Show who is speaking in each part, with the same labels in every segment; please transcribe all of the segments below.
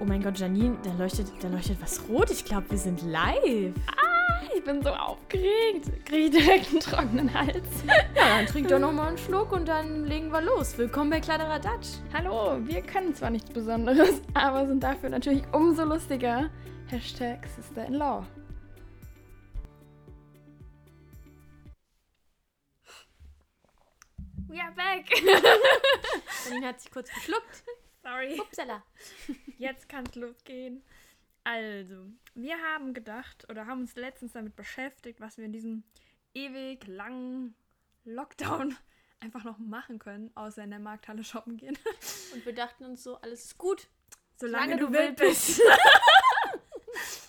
Speaker 1: Oh Gott, Janine, da leuchtet, da leuchtet was rot. Ich glaube, wir sind live.
Speaker 2: Ich bin so aufgeregt. Kriege ich direkt einen trockenen Hals.
Speaker 1: Ja, dann trink doch nochmal einen Schluck und dann legen wir los. Willkommen bei Kleinerer Datsch.
Speaker 2: Hallo, wir können zwar nichts Besonderes, aber sind dafür natürlich umso lustiger. Hashtag Sister-in-Law.
Speaker 1: We are back. Janine hat sich kurz geschluckt.
Speaker 2: Sorry.
Speaker 1: Upsala.
Speaker 2: Jetzt kann's losgehen. Also, wir haben gedacht oder haben uns letztens damit beschäftigt, was wir in diesem ewig langen Lockdown einfach noch machen können, außer in der Markthalle shoppen gehen.
Speaker 1: Und wir dachten uns so, alles ist gut.
Speaker 2: Solange,
Speaker 1: Solange
Speaker 2: du
Speaker 1: du
Speaker 2: wild
Speaker 1: wild
Speaker 2: bist.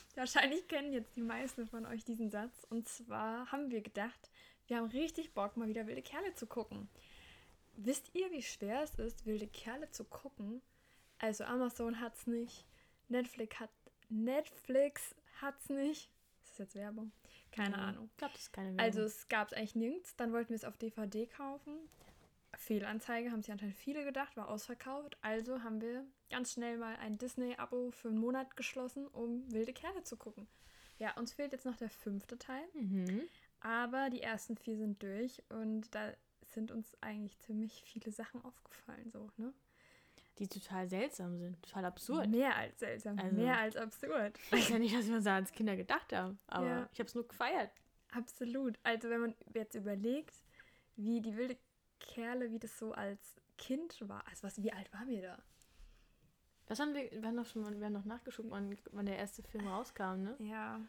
Speaker 2: Wahrscheinlich kennen jetzt die meisten von euch diesen Satz. Und zwar haben wir gedacht, wir haben richtig Bock, mal wieder wilde Kerle zu gucken. Wisst ihr, wie schwer es ist, wilde Kerle zu gucken? Also Amazon hat's nicht, Netflix hat Netflix hat's nicht. Ist das jetzt Werbung? Keine Ahnung.
Speaker 1: Ich glaube, das ist keine Werbung.
Speaker 2: Also es gab es eigentlich nirgends. Dann wollten wir es auf DVD kaufen. Fehlanzeige, haben sich anscheinend viele gedacht, war ausverkauft. Also haben wir ganz schnell mal ein Disney-Abo für einen Monat geschlossen, um wilde Kerle zu gucken. Ja, uns fehlt jetzt noch der fünfte Teil,
Speaker 1: Mhm.
Speaker 2: aber die ersten vier sind durch und da sind uns eigentlich ziemlich viele Sachen aufgefallen, so, ne?
Speaker 1: Die total seltsam sind. Total absurd.
Speaker 2: Mehr als seltsam,
Speaker 1: Also-
Speaker 2: mehr als absurd.
Speaker 1: Ich weiß ja nicht, dass wir uns da als Kinder gedacht haben, aber
Speaker 2: Ja.
Speaker 1: ich habe es nur gefeiert.
Speaker 2: Absolut. Also wenn man jetzt überlegt, wie die wilde Kerle, wie das so als Kind war. Also was, wie alt waren wir da?
Speaker 1: Was haben wir, wir haben noch, schon, wir haben noch nachgeschoben, wann, wann der erste Film rauskam, ne?
Speaker 2: Ja.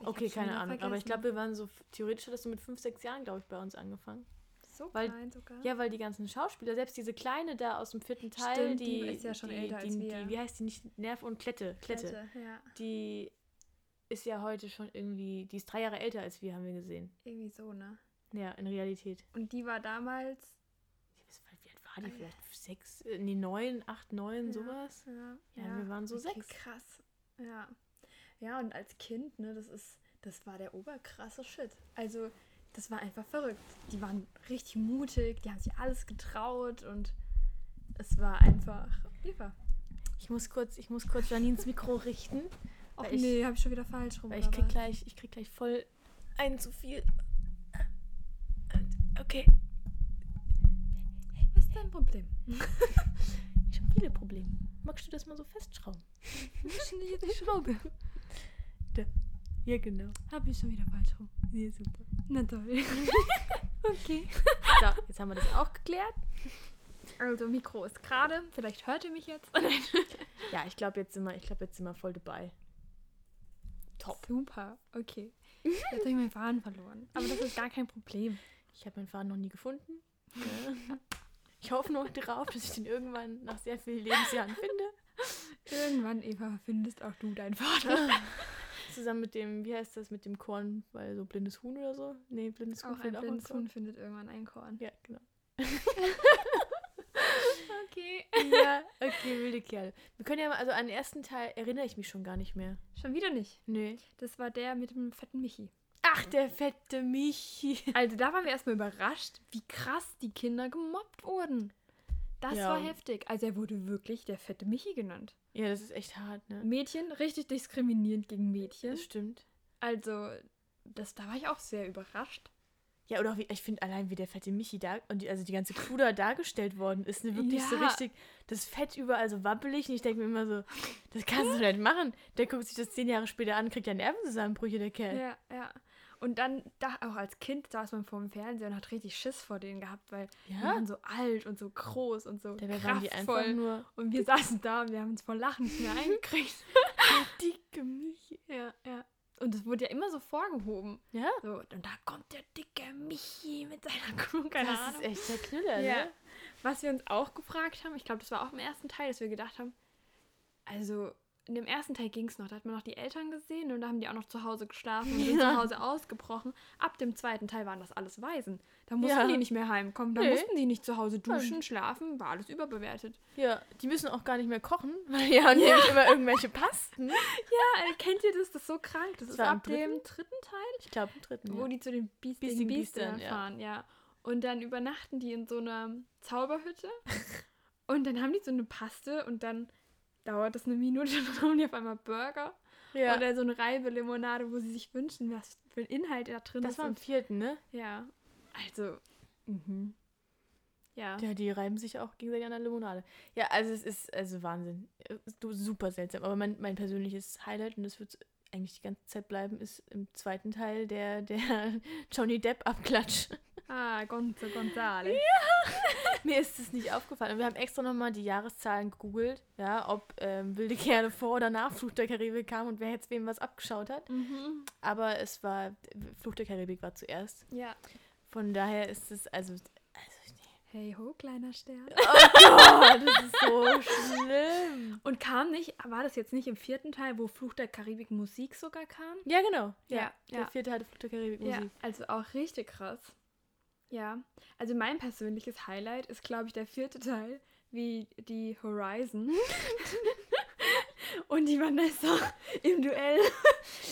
Speaker 1: Okay, keine Ahnung. Aber ich glaube, wir waren so, theoretisch hattest du mit fünf, sechs Jahren, glaube ich, bei uns angefangen.
Speaker 2: so
Speaker 1: weil-
Speaker 2: klein sogar.
Speaker 1: Ja, weil die ganzen Schauspieler, selbst diese Kleine da aus dem vierten Teil,
Speaker 2: Stimmt, die
Speaker 1: die,
Speaker 2: ist ja schon
Speaker 1: die,
Speaker 2: älter
Speaker 1: die,
Speaker 2: als
Speaker 1: die,
Speaker 2: wir.
Speaker 1: wie heißt die nicht? Nerv und Klette, Klette.
Speaker 2: Klette, Ja,
Speaker 1: Die ist ja heute schon irgendwie, die ist drei Jahre älter als wir, haben wir gesehen.
Speaker 2: irgendwie so, ne?
Speaker 1: Ja, in Realität.
Speaker 2: Und die war damals,
Speaker 1: Ich weiß, wie alt war die? Vielleicht sechs, äh, nee, neun, acht, neun,
Speaker 2: Ja.
Speaker 1: sowas.
Speaker 2: ja,
Speaker 1: Ja, wir waren so
Speaker 2: okay,
Speaker 1: sechs.
Speaker 2: Krass. Ja. Ja, und als Kind, ne, das ist, das war der oberkrasse Shit. Also, das war einfach verrückt. Die waren richtig mutig, die haben sich alles getraut und es war einfach. Eva.
Speaker 1: Ich muss kurz, ich muss kurz Janins Mikro richten,
Speaker 2: Och
Speaker 1: Weil ich-
Speaker 2: nee, hab ich schon wieder falsch rum.
Speaker 1: weil ich krieg
Speaker 2: gelabert.
Speaker 1: gleich, ich krieg gleich voll einen zu viel. Okay,
Speaker 2: Was ist dein Problem?
Speaker 1: ich habe viele Probleme. Magst du das mal so festschrauben?
Speaker 2: Die Schraube.
Speaker 1: Ja, genau.
Speaker 2: Hab ich schon wieder falsch rum.
Speaker 1: Ja, super.
Speaker 2: Na toll. okay.
Speaker 1: So, jetzt haben wir das auch geklärt.
Speaker 2: Also, Mikro ist gerade. Vielleicht hört ihr mich jetzt.
Speaker 1: Ja, ich glaube, jetzt, sind wir- ich glaub, jetzt sind wir voll dabei. Top.
Speaker 2: Oh, Super. Okay. Jetzt habe ich meinen Faden verloren. Aber das ist gar kein Problem.
Speaker 1: Ich habe meinen Faden noch nie gefunden. Ich hoffe nur darauf, dass ich den irgendwann nach sehr vielen Lebensjahren finde.
Speaker 2: Irgendwann, Eva, findest auch du deinen Vater.
Speaker 1: Zusammen mit dem, wie heißt das, mit dem Korn, weil so blindes Huhn oder so? Nee, blindes Huhn
Speaker 2: halt auch
Speaker 1: findet
Speaker 2: ein
Speaker 1: ein
Speaker 2: blindes
Speaker 1: Korn.
Speaker 2: Huhn findet irgendwann ein Korn.
Speaker 1: Ja, genau.
Speaker 2: Okay.
Speaker 1: Ja, okay, wilde Kerl. Wir können ja mal, also an den ersten Teil erinnere ich mich schon gar nicht mehr.
Speaker 2: Schon wieder nicht.
Speaker 1: Nee.
Speaker 2: Das war der mit dem fetten Michi.
Speaker 1: Ach, der fette Michi.
Speaker 2: Also, da waren wir erstmal überrascht, wie krass die Kinder gemobbt wurden. Das
Speaker 1: Ja.
Speaker 2: war heftig. Also, er wurde wirklich der fette Michi genannt.
Speaker 1: Ja, das ist echt hart, ne?
Speaker 2: Mädchen, richtig diskriminierend gegen Mädchen.
Speaker 1: Das stimmt.
Speaker 2: Also, das, da war ich auch sehr überrascht.
Speaker 1: Ja, oder auch wie, ich finde allein, wie der fette Michi da und die, also die ganze Crew da dargestellt worden ist, ne, wirklich so
Speaker 2: Ja.
Speaker 1: richtig, das Fett überall so wabbelig. Und ich denke mir immer so, das kannst du doch nicht machen. Der guckt sich das zehn Jahre später an, kriegt ja Nervenzusammenbrüche, der Kerl.
Speaker 2: Ja, ja. Und dann, da, auch als Kind, saß man vor dem Fernseher und hat richtig Schiss vor denen gehabt, weil die
Speaker 1: Ja.
Speaker 2: waren so alt und so groß und so
Speaker 1: Dabei waren die einfach
Speaker 2: kraftvoll.
Speaker 1: nur
Speaker 2: Und wir saßen da und wir haben uns vor Lachen nicht mehr eingekriegt.
Speaker 1: der dicke Michi.
Speaker 2: ja, ja. Und es wurde ja immer so vorgehoben.
Speaker 1: Ja,
Speaker 2: So, und da kommt der dicke Michi mit seiner Crew, keine
Speaker 1: das
Speaker 2: Ahnung.
Speaker 1: ist echt der Knüller,
Speaker 2: Ja.
Speaker 1: ne?
Speaker 2: Was wir uns auch gefragt haben, ich glaube, das war auch im ersten Teil, dass wir gedacht haben, also in dem ersten Teil ging es noch, da hat man noch die Eltern gesehen und da haben die auch noch zu Hause geschlafen und sind
Speaker 1: Ja.
Speaker 2: zu Hause ausgebrochen. Ab dem zweiten Teil waren das alles Waisen. Da mussten
Speaker 1: Ja.
Speaker 2: die nicht mehr heimkommen, da
Speaker 1: Nee.
Speaker 2: mussten die nicht zu Hause duschen, schlafen, war alles überbewertet.
Speaker 1: Ja, die müssen auch gar nicht mehr kochen, weil die haben nämlich immer irgendwelche Pasten.
Speaker 2: Ja, äh, kennt ihr das? Das ist so krank. Das, ist
Speaker 1: war im
Speaker 2: ab dem dritten Teil,
Speaker 1: Ich glaube, im dritten.
Speaker 2: wo
Speaker 1: Ja.
Speaker 2: die zu den biestigen
Speaker 1: Biestigen
Speaker 2: Biestern
Speaker 1: Biestern, ja.
Speaker 2: fahren, ja. Und dann übernachten die in so einer Zauberhütte und dann haben die so eine Paste und dann dauert das eine Minute, dann haben die auf einmal Burger
Speaker 1: Ja.
Speaker 2: oder so eine Reibe-Limonade, wo sie sich wünschen, was für ein Inhalt da drin
Speaker 1: das
Speaker 2: ist.
Speaker 1: war am
Speaker 2: und-
Speaker 1: vierten, ne?
Speaker 2: ja, also, mhm. Ja.
Speaker 1: Ja, die reiben sich auch gegenseitig an der Limonade. Ja, also es ist also Wahnsinn. Äh, Du, super seltsam. Aber mein, mein persönliches Highlight, und das wird eigentlich die ganze Zeit bleiben, ist im zweiten Teil der, der Johnny Depp-Abklatsch.
Speaker 2: Ah, Gonzo Gonzales.
Speaker 1: Mir ist es nicht aufgefallen. Und wir haben extra nochmal die Jahreszahlen gegoogelt, ja, ob ähm, wilde Kerle vor oder nach Fluch der Karibik kam und wer jetzt wem was abgeschaut hat.
Speaker 2: Mhm.
Speaker 1: Aber es war, Fluch der Karibik war zuerst.
Speaker 2: Ja.
Speaker 1: Von daher ist es, also, also
Speaker 2: Hey ho, kleiner Stern.
Speaker 1: oh, das ist so schlimm.
Speaker 2: Und kam nicht, war das jetzt nicht im vierten Teil, wo Fluch der Karibik Musik sogar kam?
Speaker 1: Ja, genau. Ja,
Speaker 2: Ja,
Speaker 1: Der
Speaker 2: ja.
Speaker 1: vierte hatte Fluch halt der Karibik
Speaker 2: Ja,
Speaker 1: Musik.
Speaker 2: also auch richtig krass. Ja, also mein persönliches Highlight ist, glaube ich, der vierte Teil, wie die Horizon und die Vanessa im Duell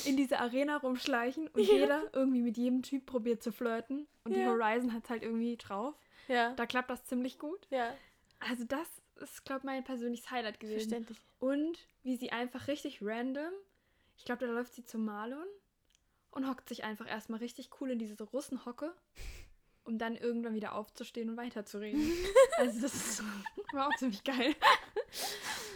Speaker 2: in dieser Arena rumschleichen und
Speaker 1: Ja.
Speaker 2: jeder irgendwie mit jedem Typ probiert zu flirten und die
Speaker 1: Ja.
Speaker 2: Horizon hat halt irgendwie drauf.
Speaker 1: Ja.
Speaker 2: Da klappt das ziemlich gut.
Speaker 1: Ja,
Speaker 2: Also das ist, glaube ich, mein persönliches Highlight gewesen.
Speaker 1: verständlich.
Speaker 2: Und wie sie einfach richtig random, ich glaube, da läuft sie zum Malon und hockt sich einfach erstmal richtig cool in diese Russenhocke, um dann irgendwann wieder aufzustehen und weiterzureden. also das ist, war auch ziemlich geil.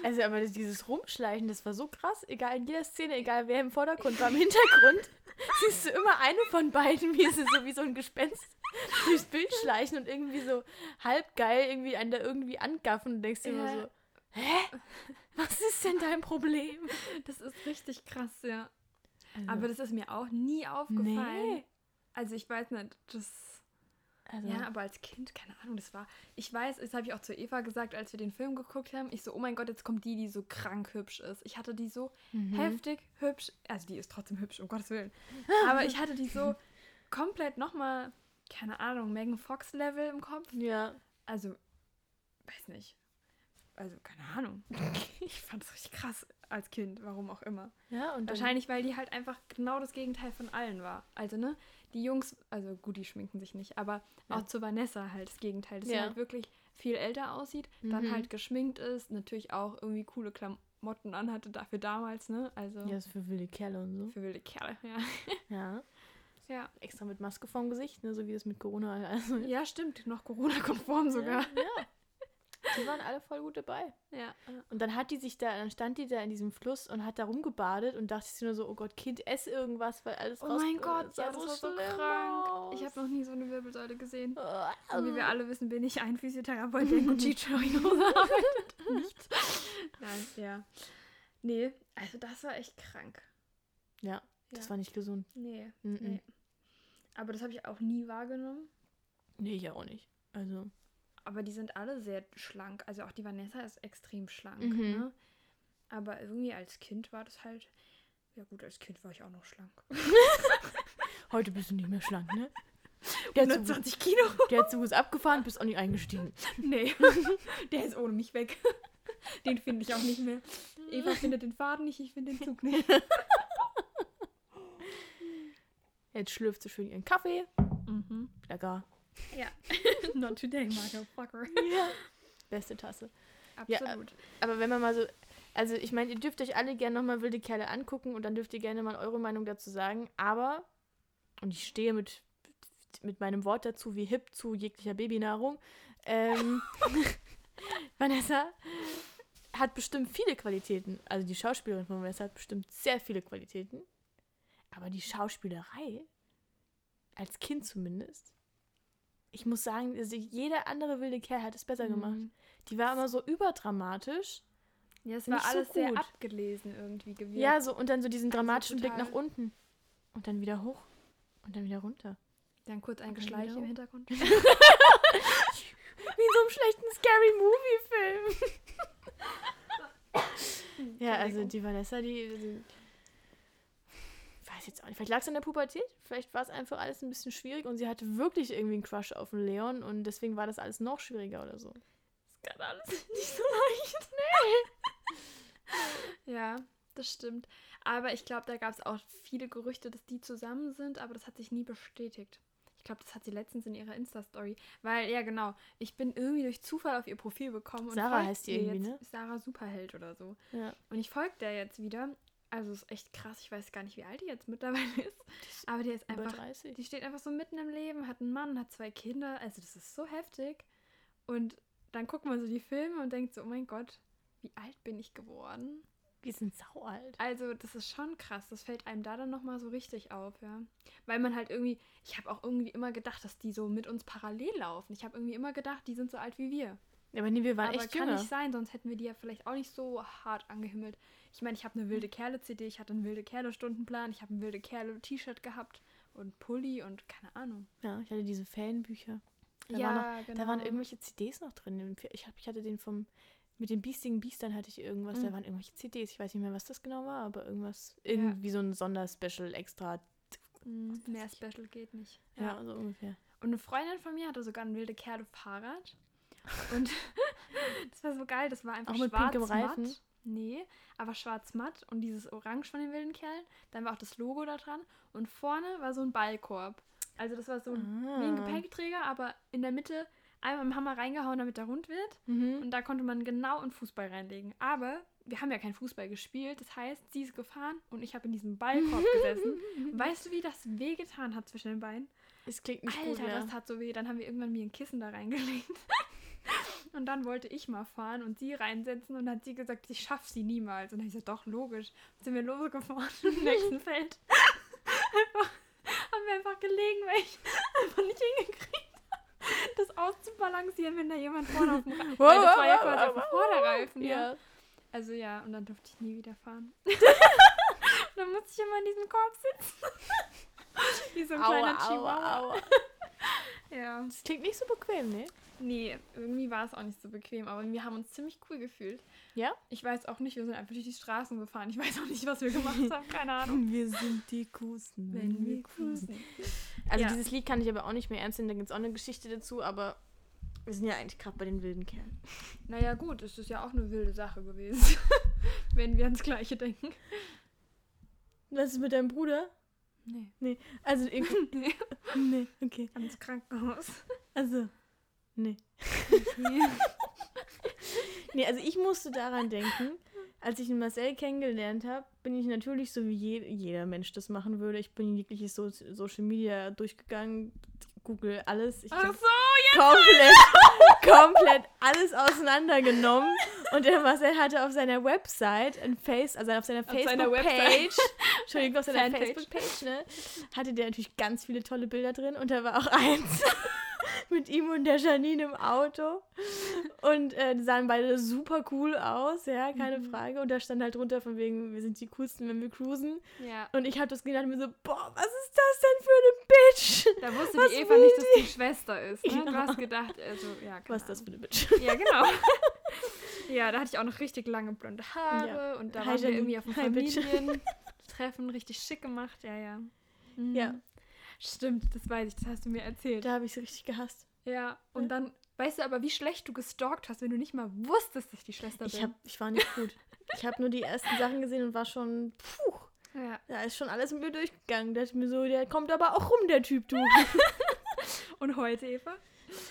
Speaker 1: Also, aber das- dieses Rumschleichen, das war so krass. Egal, in jeder Szene, egal wer im Vordergrund war, im Hintergrund, siehst du immer eine von beiden, wie sie so wie so ein Gespenst durchs Bild schleichen und irgendwie so halb geil irgendwie einen da irgendwie angaffen und denkst dir immer
Speaker 2: Ja.
Speaker 1: so, hä? Was ist denn dein Problem?
Speaker 2: Das ist richtig krass, ja.
Speaker 1: Also,
Speaker 2: Aber das ist mir auch nie aufgefallen.
Speaker 1: nee.
Speaker 2: Also ich weiß nicht, das...
Speaker 1: Also,
Speaker 2: Ja, aber als Kind, keine Ahnung, das war... Ich weiß, das habe ich auch zu Eva gesagt, als wir den Film geguckt haben. Ich so, oh mein Gott, jetzt kommt die, die so krank hübsch ist. Ich hatte die so
Speaker 1: mhm.
Speaker 2: heftig hübsch. Also die ist trotzdem hübsch, um Gottes Willen. Aber ich hatte die so komplett nochmal, keine Ahnung, Megan Fox-Level im Kopf.
Speaker 1: ja.
Speaker 2: Also, weiß nicht. Also, keine Ahnung. Ich fand es richtig krass als Kind, warum auch immer.
Speaker 1: Ja, und dann-
Speaker 2: Wahrscheinlich, weil die halt einfach genau das Gegenteil von allen war. Also, ne, die Jungs, also gut, die schminken sich nicht, aber
Speaker 1: Ja.
Speaker 2: auch zu Vanessa halt das Gegenteil. Dass sie
Speaker 1: Ja.
Speaker 2: halt wirklich viel älter aussieht, dann
Speaker 1: Mhm.
Speaker 2: halt geschminkt ist, natürlich auch irgendwie coole Klamotten anhatte, dafür damals, ne? Also.
Speaker 1: Ja, ist für wilde Kerle und so.
Speaker 2: Für wilde Kerle, ja.
Speaker 1: Ja.
Speaker 2: Ja,
Speaker 1: Extra mit Maske vorm Gesicht, ne, so wie das mit Corona. Also,
Speaker 2: ja stimmt. Noch Corona-konform sogar.
Speaker 1: Ja, ja. Die waren alle voll gut dabei.
Speaker 2: Ja.
Speaker 1: Und dann hat die sich da, dann stand die da in diesem Fluss und hat da rumgebadet und dachte sich nur so, oh Gott, Kind, ess irgendwas, weil alles
Speaker 2: Oh
Speaker 1: raus-
Speaker 2: mein
Speaker 1: äh,
Speaker 2: Gott,
Speaker 1: sah
Speaker 2: ja, das war so
Speaker 1: schlimm
Speaker 2: krank.
Speaker 1: aus.
Speaker 2: Ich habe noch nie so eine Wirbelsäule gesehen.
Speaker 1: Oh,
Speaker 2: Und wie wir alle wissen, bin ich ein Physiotherapeut, der in Gucci-Joinose arbeitet. Nicht. Nein, ja. Nee, also das war echt krank.
Speaker 1: Ja, das
Speaker 2: Ja.
Speaker 1: war nicht gesund.
Speaker 2: Nee,
Speaker 1: Mhm.
Speaker 2: nee. Aber das habe ich auch nie wahrgenommen.
Speaker 1: Nee, ich auch nicht. Also,
Speaker 2: Aber die sind alle sehr schlank. Also auch die Vanessa ist extrem schlank.
Speaker 1: Mhm.
Speaker 2: Ne? Aber irgendwie als Kind war das halt. Ja, gut, als Kind war ich auch noch schlank.
Speaker 1: heute bist du nicht mehr schlank, ne? Der
Speaker 2: Ne?
Speaker 1: Zug,
Speaker 2: Kilo?
Speaker 1: der Zug ist abgefahren, bist auch nicht eingestiegen.
Speaker 2: Nee, der ist ohne mich weg. Den finde ich auch nicht mehr. Eva findet den Faden nicht, ich finde den Zug nicht.
Speaker 1: Jetzt schlürft sie schön ihren Kaffee.
Speaker 2: Mhm.
Speaker 1: Lecker.
Speaker 2: Ja. Not today, motherfucker.
Speaker 1: Beste Tasse.
Speaker 2: Absolut.
Speaker 1: Aber wenn man mal so, also ich meine, ihr dürft euch alle gerne nochmal wilde Kerle angucken und dann dürft ihr gerne mal eure Meinung dazu sagen. Aber, und ich stehe mit, mit meinem Wort dazu wie hip zu jeglicher Babynahrung, ähm, Vanessa hat bestimmt viele Qualitäten. Also die Schauspielerin von Vanessa hat bestimmt sehr viele Qualitäten. Aber die Schauspielerei, als Kind zumindest, ich muss sagen, also jeder andere wilde Kerl hat es besser gemacht.
Speaker 2: Mhm.
Speaker 1: Die war immer so überdramatisch.
Speaker 2: Ja, es war
Speaker 1: Nicht so
Speaker 2: alles sehr
Speaker 1: gut.
Speaker 2: abgelesen irgendwie gewesen.
Speaker 1: Ja, so und dann so diesen dramatischen
Speaker 2: total.
Speaker 1: Blick nach unten. Und dann wieder hoch. Und dann wieder runter.
Speaker 2: Dann kurz ein
Speaker 1: Okay,
Speaker 2: Geschleich
Speaker 1: genau.
Speaker 2: im Hintergrund.
Speaker 1: Wie in so einem schlechten Scary Movie-Film. ja, also die Vanessa, die. die ich weiß jetzt auch nicht. Vielleicht lag es an der Pubertät. Vielleicht war es einfach alles ein bisschen schwierig und sie hatte wirklich irgendwie einen Crush auf den Leon und deswegen war das alles noch schwieriger oder so.
Speaker 2: Das kann alles nicht so leicht. Nee. ja, das stimmt. Aber ich glaube, da gab es auch viele Gerüchte, dass die zusammen sind, aber das hat sich nie bestätigt. Ich glaube, das hat sie letztens in ihrer Insta-Story. Weil, ja, genau. Ich bin irgendwie durch Zufall auf ihr Profil gekommen.
Speaker 1: Sarah
Speaker 2: folg
Speaker 1: heißt die
Speaker 2: ihr
Speaker 1: irgendwie, ne?
Speaker 2: jetzt, Sarah Superheld oder so.
Speaker 1: Ja.
Speaker 2: Und ich folge der jetzt wieder. Also ist echt krass. Ich weiß gar nicht, wie alt die jetzt mittlerweile ist.
Speaker 1: ist
Speaker 2: Aber die ist
Speaker 1: Über
Speaker 2: einfach
Speaker 1: 30.
Speaker 2: die steht einfach so mitten im Leben, hat einen Mann, hat zwei Kinder. Also das ist so heftig. Und dann guckt man so die Filme und denkt so, oh mein Gott, wie alt bin ich geworden?
Speaker 1: Die sind saualt.
Speaker 2: Also das ist schon krass. Das fällt einem da dann nochmal so richtig auf, ja. Weil man halt irgendwie, ich habe auch irgendwie immer gedacht, dass die so mit uns parallel laufen. Ich habe irgendwie immer gedacht, die sind so alt wie wir.
Speaker 1: Aber nee, wir waren
Speaker 2: Aber
Speaker 1: echt
Speaker 2: kann
Speaker 1: jünger.
Speaker 2: nicht sein, sonst hätten wir die ja vielleicht auch nicht so hart angehimmelt. Ich meine, ich habe eine wilde Kerle-CD, ich hatte einen wilde Kerle-Stundenplan, ich habe ein wilde Kerle-T-Shirt gehabt und Pulli und keine Ahnung.
Speaker 1: Ja, ich hatte diese Fanbücher. Da,
Speaker 2: ja,
Speaker 1: waren noch,
Speaker 2: genau.
Speaker 1: da waren irgendwelche CDs noch drin. Ich, hab, ich hatte den vom, mit den biestigen Biestern hatte ich irgendwas. Da
Speaker 2: Mhm.
Speaker 1: waren irgendwelche CDs. Ich weiß nicht mehr, was das genau war, aber irgendwas. Irgendwie so ein Sonderspecial extra.
Speaker 2: Mhm,
Speaker 1: weiß
Speaker 2: mehr
Speaker 1: ich.
Speaker 2: Special geht nicht.
Speaker 1: Ja, so ungefähr.
Speaker 2: Und eine Freundin von mir hatte sogar ein wilde Kerle Fahrrad. Und das war so geil, das war einfach
Speaker 1: Auch mit
Speaker 2: schwarz
Speaker 1: pinkem Reifen?
Speaker 2: matt. Nee, aber schwarz matt und dieses Orange von den wilden Kerlen. Dann war auch das Logo da dran und vorne war so ein Ballkorb. Also das war so ein, wie ein
Speaker 1: Ah.
Speaker 2: Gepäckträger, aber in der Mitte einmal im Hammer reingehauen, damit er rund wird.
Speaker 1: Mhm.
Speaker 2: Und da konnte man genau einen Fußball reinlegen. Aber wir haben ja keinen Fußball gespielt. Das heißt, sie ist gefahren und ich habe in diesem Ballkorb gesessen. Weißt du, wie das wehgetan hat zwischen den Beinen?
Speaker 1: Es klingt nicht
Speaker 2: Alter,
Speaker 1: gut, ja.
Speaker 2: das tat so weh. Dann haben wir irgendwann mir ein Kissen da reingelegt. und dann wollte ich mal fahren und sie reinsetzen und dann hat sie gesagt, ich schaffe sie niemals. Und dann habe ich gesagt, doch, logisch. Und sind wir losgefahren im nächsten Feld. einfach, haben wir einfach gelegen, weil ich einfach nicht hingekriegt habe, das auszubalancieren, wenn da jemand vorne auf dem Reifen...
Speaker 1: Wow,
Speaker 2: Weil das war ja
Speaker 1: wow,
Speaker 2: quasi auf dem
Speaker 1: wow,
Speaker 2: Vorderreifen. Ja.
Speaker 1: ja.
Speaker 2: Also ja, und dann durfte ich nie wieder fahren. Und dann musste ich immer in diesem Korb sitzen. Wie so ein
Speaker 1: Aua,
Speaker 2: kleiner
Speaker 1: aua,
Speaker 2: Chihuahua.
Speaker 1: aua.
Speaker 2: Ja.
Speaker 1: Das klingt nicht so bequem, ne?
Speaker 2: Nee, irgendwie war es auch nicht so bequem, aber wir haben uns ziemlich cool gefühlt.
Speaker 1: Ja?
Speaker 2: Ich weiß auch nicht, wir sind einfach durch die Straßen gefahren. Ich weiß auch nicht, was wir gemacht haben, keine Ahnung.
Speaker 1: Wir sind die Kusen, Also
Speaker 2: Ja.
Speaker 1: dieses Lied kann ich aber auch nicht mehr ernst nehmen, da gibt es auch eine Geschichte dazu, aber wir sind ja eigentlich gerade bei den wilden Kerlen.
Speaker 2: Naja, gut, es ist ja auch eine wilde Sache gewesen, wenn wir ans Gleiche denken.
Speaker 1: Was ist mit deinem Bruder?
Speaker 2: Nee.
Speaker 1: Also irgendwie.
Speaker 2: Nee.
Speaker 1: nee, okay.
Speaker 2: Ans Krankenhaus.
Speaker 1: Also. Nee. Nee, also ich musste daran denken, als ich den Marcel kennengelernt habe, bin ich natürlich so wie je, jeder Mensch das machen würde. Ich bin jegliches so Social Media durchgegangen, Google, alles. Ich
Speaker 2: Ach
Speaker 1: hab
Speaker 2: so, ja.
Speaker 1: komplett, komplett alles auseinandergenommen. Und der Marcel hatte auf seiner Website ein Face, also auf seiner
Speaker 2: Auf seiner
Speaker 1: Facebook-Page, Entschuldigung, auf seiner
Speaker 2: Fanpage.
Speaker 1: Facebook-Page, ne, hatte der natürlich ganz viele tolle Bilder drin und da war auch eins mit ihm und der Janine im Auto. Und äh, die sahen beide super cool aus, ja, keine Frage. Und da stand halt drunter von wegen, wir sind die coolsten, wenn wir cruisen.
Speaker 2: Ja.
Speaker 1: Und ich habe das gedacht und mir so, boah, was ist das denn für eine Bitch?
Speaker 2: Da wusste
Speaker 1: Was
Speaker 2: die Eva
Speaker 1: will
Speaker 2: nicht, dass die Schwester ist. Ne? Du
Speaker 1: Ja.
Speaker 2: hast gedacht, also, ja, keine
Speaker 1: Was ist das
Speaker 2: Ahnung.
Speaker 1: für eine Bitch?
Speaker 2: Ja, genau. ja, da hatte ich auch noch richtig lange blonde Haare
Speaker 1: Ja.
Speaker 2: und da
Speaker 1: Hi,
Speaker 2: waren wir
Speaker 1: Janine.
Speaker 2: irgendwie auf dem
Speaker 1: Hi, Bitch.
Speaker 2: Familientreffen richtig schick gemacht, ja, ja. Mhm.
Speaker 1: Ja.
Speaker 2: Stimmt, das weiß ich, das hast du mir erzählt.
Speaker 1: Da habe ich sie richtig gehasst.
Speaker 2: Ja, und dann weißt du aber, wie schlecht du gestalkt hast, wenn du nicht mal wusstest, dass ich die Schwester
Speaker 1: Ich, hab,
Speaker 2: bin.
Speaker 1: ich war nicht gut. Ich habe nur die ersten Sachen gesehen und war schon, puh,
Speaker 2: Ja.
Speaker 1: da ist schon alles mit mir durchgegangen. Da dachte ich mir so, der kommt aber auch rum, der Typ, du.
Speaker 2: Und heute, Eva,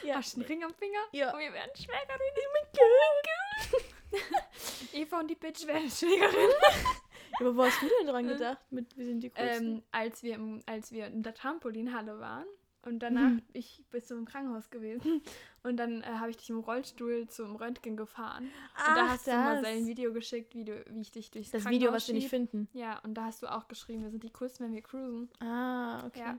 Speaker 1: ja.
Speaker 2: hast du einen Ring am Finger
Speaker 1: Ja. Oh
Speaker 2: und wir werden Schwägerin. Eva und die Bitch werden Schwägerin.
Speaker 1: Aber wo hast du denn dran gedacht? Mit, wir sind die coolsten.
Speaker 2: Äh. Ähm, als, wir im, als wir in der Trampolinhalle waren und danach,
Speaker 1: Mhm.
Speaker 2: ich bin zum Krankenhaus gewesen und dann äh, habe ich dich im Rollstuhl zum Röntgen gefahren. Und da
Speaker 1: Ach,
Speaker 2: hast du mal
Speaker 1: das.
Speaker 2: ein Video geschickt, wie, du, wie ich dich durchs
Speaker 1: das
Speaker 2: Krankenhaus
Speaker 1: Video, was wir nicht
Speaker 2: schieb.
Speaker 1: finden.
Speaker 2: Ja, und da hast du auch geschrieben, wir sind die coolsten, wenn wir cruisen.
Speaker 1: Ah, okay.
Speaker 2: Ja.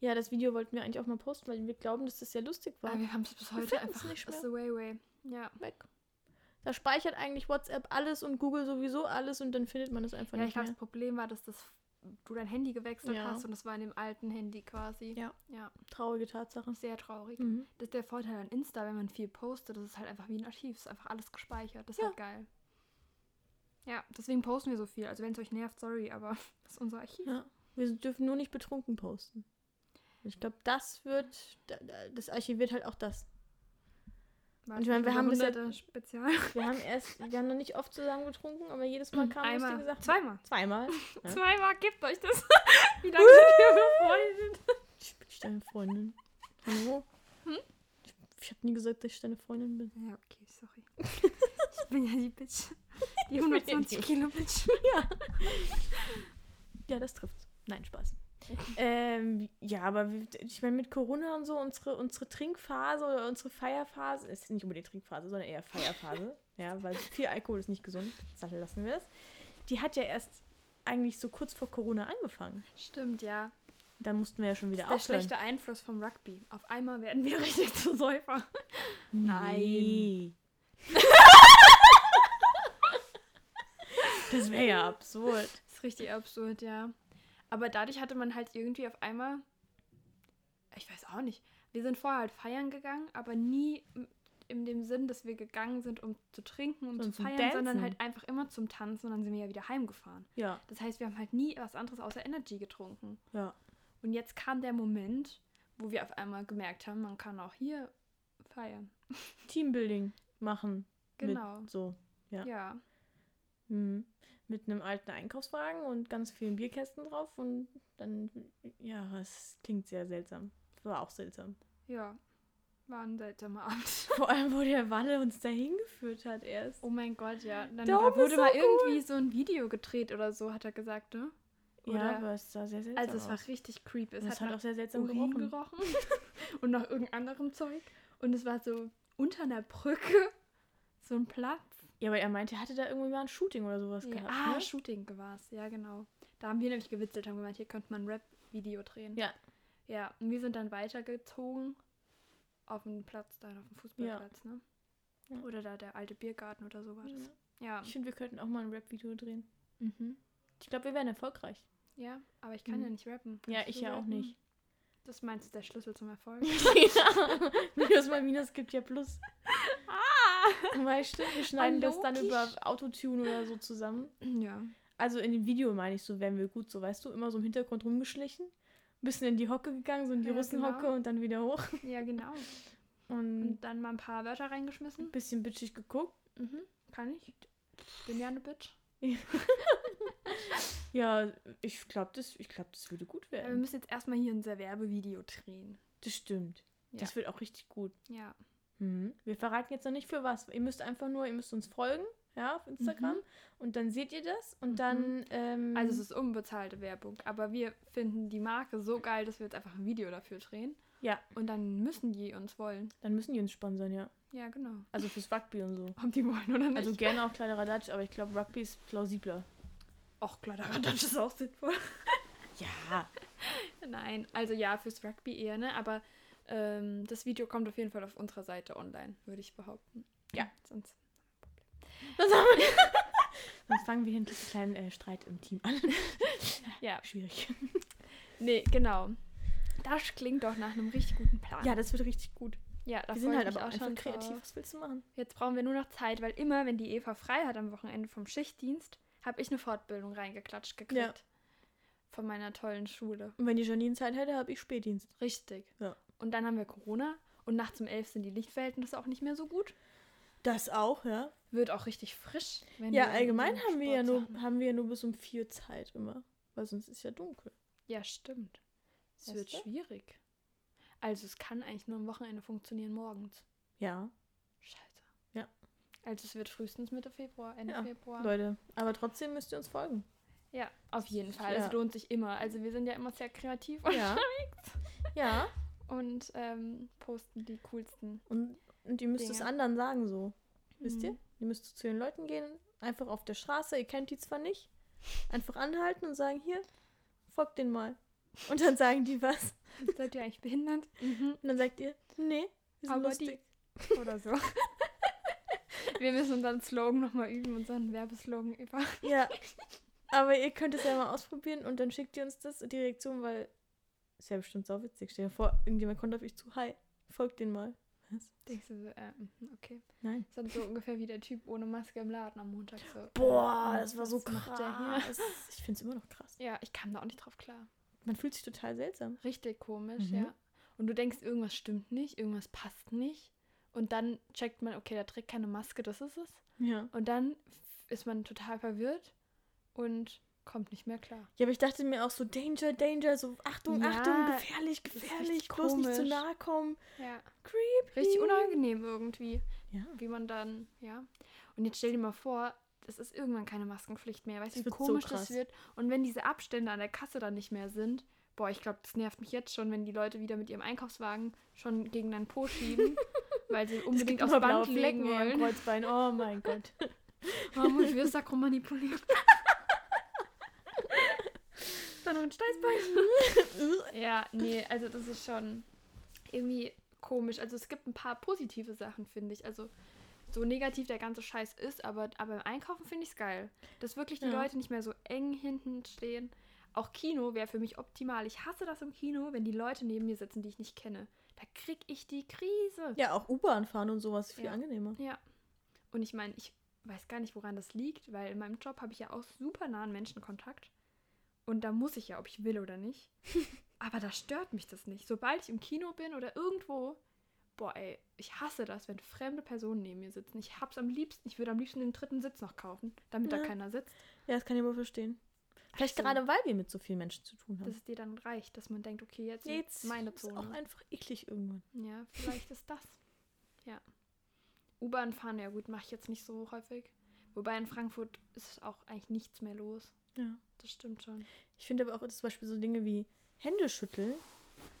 Speaker 1: Ja. das Video wollten wir eigentlich auch mal posten, weil wir glauben, dass das sehr lustig war.
Speaker 2: Aber wir haben es bis heute
Speaker 1: finden es
Speaker 2: einfach
Speaker 1: nicht
Speaker 2: ist
Speaker 1: mehr.
Speaker 2: the way way. Ja.
Speaker 1: Weg. Da speichert eigentlich WhatsApp alles und Google sowieso alles und dann findet man das einfach
Speaker 2: ja, ich
Speaker 1: nicht
Speaker 2: glaube,
Speaker 1: mehr.
Speaker 2: das Problem war, dass das, du dein Handy gewechselt
Speaker 1: Ja.
Speaker 2: hast und das war in dem alten Handy quasi.
Speaker 1: Ja.
Speaker 2: Ja,
Speaker 1: Traurige Tatsache.
Speaker 2: sehr traurig.
Speaker 1: Mhm.
Speaker 2: Das ist der Vorteil an Insta, wenn man viel postet, das ist halt einfach wie ein Archiv, ist einfach alles gespeichert, das ist
Speaker 1: Ja.
Speaker 2: halt geil. Ja, deswegen posten wir so viel. Also wenn es euch nervt, sorry, aber das ist unser Archiv.
Speaker 1: Ja. Wir dürfen nur nicht betrunken posten. Ich glaube, das wird, da- da- das archiviert halt auch das.
Speaker 2: War
Speaker 1: Und ich meine, wir haben bis jetzt-
Speaker 2: hunderte Spezial.
Speaker 1: Wir haben erst, wir haben noch nicht oft zusammen getrunken, aber jedes Mal kamen lustige
Speaker 2: Einmal,
Speaker 1: Sachen.
Speaker 2: zweimal.
Speaker 1: Zweimal. Ja.
Speaker 2: Zweimal, gebt euch das. wie lange sind wir befreundet? Hm?
Speaker 1: Ich deine Freundin. Hallo? Ich habe nie gesagt, dass ich deine Freundin bin.
Speaker 3: Ja, okay, sorry. ich bin ja die Bitch. Die
Speaker 1: Ich bin ja
Speaker 3: 120
Speaker 1: die-
Speaker 3: Kilo Bitch.
Speaker 1: Ja, das trifft's. Nein, Spaß. ähm, ja, aber wie- ich meine, mit Corona und so, unsere, unsere Trinkphase oder unsere Feierphase, ist nicht unbedingt Trinkphase, sondern eher Feierphase, ja, weil viel Alkohol ist nicht gesund, Sache lassen wir es. Die hat ja erst eigentlich so kurz vor Corona angefangen.
Speaker 2: Stimmt, ja.
Speaker 1: Da mussten wir ja schon wieder
Speaker 2: Der
Speaker 1: aufhören.
Speaker 2: schlechte Einfluss vom Rugby. Auf einmal werden wir richtig zu Säufer.
Speaker 1: Nein. das wäre ja absurd.
Speaker 2: ist richtig absurd, ja. Aber dadurch hatte man halt irgendwie auf einmal, ich weiß auch nicht, wir sind vorher halt feiern gegangen, aber nie m- in dem Sinn, dass wir gegangen sind, um zu trinken, um
Speaker 1: Sondern
Speaker 2: zu
Speaker 1: zum
Speaker 2: feiern, sondern
Speaker 1: Dancen.
Speaker 2: halt einfach immer zum Tanzen und dann sind wir ja wieder heimgefahren.
Speaker 1: Ja,
Speaker 2: Das heißt, wir haben halt nie was anderes außer Energy getrunken.
Speaker 1: ja.
Speaker 2: Und jetzt kam der Moment, wo wir auf einmal gemerkt haben, man kann auch hier feiern.
Speaker 1: Teambuilding machen.
Speaker 2: Genau.
Speaker 1: Mit, so. ja.
Speaker 2: Ja.
Speaker 1: Mhm. Mit einem alten Einkaufswagen und ganz vielen Bierkästen drauf und dann, ja, es klingt sehr seltsam. War auch seltsam.
Speaker 2: Ja. War ein seltsamer Abend.
Speaker 1: Vor allem, wo der Walle uns da hingeführt hat erst.
Speaker 2: Oh mein Gott, ja. Dann
Speaker 1: Dom
Speaker 2: da
Speaker 1: ist
Speaker 2: wurde
Speaker 1: so
Speaker 2: mal irgendwie so ein Video gedreht oder so, hat er gesagt, ne?
Speaker 1: ja,
Speaker 2: oder-
Speaker 1: aber es sah sehr seltsam
Speaker 2: Also es war
Speaker 1: aus.
Speaker 2: richtig creepy. Es
Speaker 1: Und
Speaker 2: hat,
Speaker 1: es hat
Speaker 2: nach
Speaker 1: auch sehr seltsam
Speaker 2: Urin
Speaker 1: gerochen.
Speaker 2: gerochen und nach irgendeinem anderem Zeug. Und es war so unter einer Brücke so ein Platz.
Speaker 1: Ja, aber er meinte, er hatte da irgendwie mal ein Shooting oder sowas
Speaker 2: Ja.
Speaker 1: gehabt.
Speaker 2: Ah,
Speaker 1: ne?
Speaker 2: Shooting war es. Ja, genau. Da haben wir nämlich gewitzelt, haben gemeint, hier könnte man ein Rap-Video drehen.
Speaker 1: Ja.
Speaker 2: Ja, und wir sind dann weitergezogen auf den Platz, dann auf den Fußballplatz, ne?
Speaker 1: Ja.
Speaker 2: Oder da der alte Biergarten oder so war das. Ja.
Speaker 1: Ich finde, wir könnten auch mal ein Rap-Video drehen.
Speaker 2: Mhm.
Speaker 1: Ich glaube, wir wären erfolgreich.
Speaker 2: Ja, aber ich kann ja
Speaker 1: Mhm.
Speaker 2: nicht rappen.
Speaker 1: Ja,
Speaker 2: Kannst
Speaker 1: ich
Speaker 2: du
Speaker 1: ja auch
Speaker 2: rappen?
Speaker 1: nicht.
Speaker 2: Das meinst du der Schlüssel zum Erfolg?
Speaker 1: ja. Minus mal Minus gibt ja Plus.
Speaker 2: Ah.
Speaker 1: Weißt du, wir schneiden das dann über
Speaker 2: Logisch.
Speaker 1: Autotune oder so zusammen.
Speaker 2: ja.
Speaker 1: Also in dem Video meine ich so, wären wir gut, so weißt du, immer so im Hintergrund rumgeschlichen. Ein bisschen in die Hocke gegangen, so in die
Speaker 2: Ja,
Speaker 1: Russenhocke
Speaker 2: genau.
Speaker 1: und dann wieder hoch.
Speaker 2: Ja, genau.
Speaker 1: Und
Speaker 2: Und dann mal ein paar Wörter
Speaker 1: ein
Speaker 2: reingeschmissen.
Speaker 1: bisschen bitchig geguckt.
Speaker 2: Mhm. Kann ich. Bin ja eine Bitch.
Speaker 1: Ja, ich glaube, das, ich glaub, das würde gut
Speaker 2: Aber wir
Speaker 1: werden.
Speaker 2: müssen jetzt erstmal hier ein Werbevideo drehen.
Speaker 1: Das stimmt.
Speaker 2: Ja.
Speaker 1: Das wird auch richtig gut.
Speaker 2: Ja.
Speaker 1: Mhm. Wir verraten jetzt noch nicht für was. Ihr müsst einfach nur, ihr müsst uns folgen, ja, auf Instagram. Und dann seht ihr das und dann. Ähm,
Speaker 2: Mhm. Also es ist unbezahlte Werbung, aber wir finden die Marke so geil, dass wir jetzt einfach ein Video dafür drehen.
Speaker 1: Ja.
Speaker 2: Und dann müssen die uns wollen.
Speaker 1: dann müssen die uns sponsern, ja.
Speaker 2: Ja, genau.
Speaker 1: Also fürs Rugby und so.
Speaker 2: Ob die wollen oder nicht.
Speaker 1: Also
Speaker 2: Also,
Speaker 1: gerne auch kleiner Radatsch, aber ich glaube, Rugby ist plausibler.
Speaker 2: Och, klar, das ist auch sinnvoll.
Speaker 1: Ja.
Speaker 2: Nein, also ja, fürs Rugby eher, ne? Aber ähm, das Video kommt auf jeden Fall auf unserer Seite online, würde ich behaupten.
Speaker 1: Ja.
Speaker 2: Sonst.
Speaker 1: Sonst fangen wir hier einen kleinen äh, Streit im Team an.
Speaker 2: Ja.
Speaker 1: Schwierig.
Speaker 2: Nee, genau. Das klingt doch nach einem richtig guten Plan.
Speaker 1: Ja, das wird richtig gut.
Speaker 2: ja da
Speaker 1: wir sind
Speaker 2: freue ich
Speaker 1: halt
Speaker 2: mich
Speaker 1: aber auch
Speaker 2: schon
Speaker 1: einfach kreativ.
Speaker 2: drauf.
Speaker 1: Was willst du machen?
Speaker 2: Jetzt brauchen wir nur noch Zeit, weil immer, wenn die Eva frei hat am Wochenende vom Schichtdienst, habe ich eine Fortbildung reingeklatscht gekriegt.
Speaker 1: Ja.
Speaker 2: Von meiner tollen Schule.
Speaker 1: Und wenn die Janine Zeit hätte, habe ich Spätdienst.
Speaker 2: Richtig.
Speaker 1: Ja.
Speaker 2: Und dann haben wir Corona und nachts um elf sind die Lichtverhältnisse auch nicht mehr so gut.
Speaker 1: Das auch, ja.
Speaker 2: Wird auch richtig frisch. Wenn
Speaker 1: Ja,
Speaker 2: wir in
Speaker 1: allgemein
Speaker 2: so
Speaker 1: haben wir ja, nur,
Speaker 2: Sportsachen-
Speaker 1: haben wir ja nur bis um vier Zeit immer. Weil sonst ist ja dunkel.
Speaker 2: Ja, stimmt. Es
Speaker 1: Weißt
Speaker 2: wird
Speaker 1: du?
Speaker 2: schwierig. Also es kann eigentlich nur am Wochenende funktionieren morgens.
Speaker 1: Ja.
Speaker 2: Scheiße.
Speaker 1: Ja.
Speaker 2: Also es wird frühestens Mitte Februar, Ende
Speaker 1: Ja,
Speaker 2: Februar.
Speaker 1: Leute, aber trotzdem müsst ihr uns folgen.
Speaker 2: Ja, auf jeden Fall.
Speaker 1: Ja.
Speaker 2: Es lohnt sich immer. Also wir sind ja immer sehr kreativ
Speaker 1: Ja. ja.
Speaker 2: und ähm, posten die coolsten.
Speaker 1: Und, und ihr müsst es
Speaker 2: Dinge.
Speaker 1: anderen sagen so. Wisst ihr?
Speaker 2: Mhm.
Speaker 1: Ihr müsst zu den Leuten gehen, einfach auf der Straße, ihr kennt die zwar nicht, einfach anhalten und sagen, hier, folgt den mal. Und dann sagen die was.
Speaker 2: Seid ihr eigentlich behindert? Mhm.
Speaker 1: Und dann sagt ihr, nee, wir sind
Speaker 2: Aber
Speaker 1: lustig.
Speaker 2: Oder so. wir müssen unseren Slogan nochmal üben, unseren Werbeslogan über.
Speaker 1: Ja. Aber ihr könnt es ja mal ausprobieren und dann schickt ihr uns das die Reaktion, weil ist ja bestimmt sau witzig. Stell dir vor, irgendjemand kommt auf euch zu, hi, folgt den mal. Was?
Speaker 2: Denkst du so, äh, mhm, okay.
Speaker 1: Nein.
Speaker 2: Das ist dann so ungefähr wie der Typ ohne Maske im Laden am Montag. So.
Speaker 1: Boah,
Speaker 2: äh,
Speaker 1: das war so
Speaker 2: was macht der hier?
Speaker 1: krass. Ich finde es immer noch krass.
Speaker 2: Ja, ich kam da auch nicht drauf klar.
Speaker 1: Man fühlt sich total seltsam.
Speaker 2: Richtig komisch,
Speaker 1: Mhm.
Speaker 2: ja. Und du denkst, irgendwas stimmt nicht, irgendwas passt nicht. Und dann checkt man, okay, der trägt keine Maske, das ist es.
Speaker 1: Ja.
Speaker 2: Und dann f- ist man total verwirrt und kommt nicht mehr klar.
Speaker 1: Ja, aber ich dachte mir auch so, Danger, Danger, so Achtung,
Speaker 2: Ja,
Speaker 1: Achtung, gefährlich,
Speaker 2: ist richtig
Speaker 1: gefährlich, bloß nicht zu
Speaker 2: komisch.
Speaker 1: nahe kommen.
Speaker 2: Ja.
Speaker 1: Creepy.
Speaker 2: Richtig unangenehm irgendwie.
Speaker 1: Ja.
Speaker 2: Wie man dann, ja. Und jetzt stell dir mal vor, es ist irgendwann keine Maskenpflicht mehr. Weißt du,
Speaker 1: Das
Speaker 2: wie
Speaker 1: wird so
Speaker 2: komisch das
Speaker 1: krass.
Speaker 2: wird? Und wenn diese Abstände an der Kasse dann nicht mehr sind, boah, ich glaube, das nervt mich jetzt schon, wenn die Leute wieder mit ihrem Einkaufswagen schon gegen deinen Po schieben, weil sie
Speaker 1: Es
Speaker 2: unbedingt
Speaker 1: gibt
Speaker 2: aufs
Speaker 1: nur
Speaker 2: Band
Speaker 1: blaue
Speaker 2: legen
Speaker 1: Flecken hier am
Speaker 2: wollen.
Speaker 1: Kreuzbein. Oh mein Gott.
Speaker 2: Warum ich wirst da manipuliert? dann noch ein Steißbein. ja, nee, also das ist schon irgendwie komisch. Also es gibt ein paar positive Sachen, finde ich. Also so negativ der ganze Scheiß ist, aber, aber im Einkaufen finde ich es geil. Dass wirklich die
Speaker 1: Ja.
Speaker 2: Leute nicht mehr so eng hinten stehen. Auch Kino wäre für mich optimal. Ich hasse das im Kino, wenn die Leute neben mir sitzen, die ich nicht kenne. Da krieg ich die Krise.
Speaker 1: Ja, auch U-Bahn fahren und sowas viel
Speaker 2: Ja.
Speaker 1: angenehmer.
Speaker 2: Ja. Und ich meine, ich weiß gar nicht, woran das liegt, weil in meinem Job habe ich ja auch super nahen Menschenkontakt. Und da muss ich ja, ob ich will oder nicht. Aber da stört mich das nicht. Sobald ich im Kino bin oder irgendwo, boah, ey, ich hasse das, wenn fremde Personen neben mir sitzen. Ich hab's am liebsten, ich würde am liebsten den dritten Sitz noch kaufen, damit da
Speaker 1: Ja.
Speaker 2: keiner sitzt.
Speaker 1: Ja, das kann ich aber verstehen. Vielleicht
Speaker 2: Also,
Speaker 1: gerade, weil wir mit so vielen Menschen zu tun
Speaker 2: dass
Speaker 1: haben.
Speaker 2: es dir dann reicht, dass man denkt, okay, jetzt,
Speaker 1: Jetzt
Speaker 2: ist meine
Speaker 1: ist auch
Speaker 2: Zone.
Speaker 1: einfach eklig irgendwann.
Speaker 2: Ja, vielleicht ist das. Ja. U-Bahn fahren, ja gut, mache ich jetzt nicht so häufig. Wobei in Frankfurt ist auch eigentlich nichts mehr los.
Speaker 1: Ja.
Speaker 2: Das stimmt schon.
Speaker 1: Ich finde aber auch zum Beispiel so Dinge wie Hände schütteln.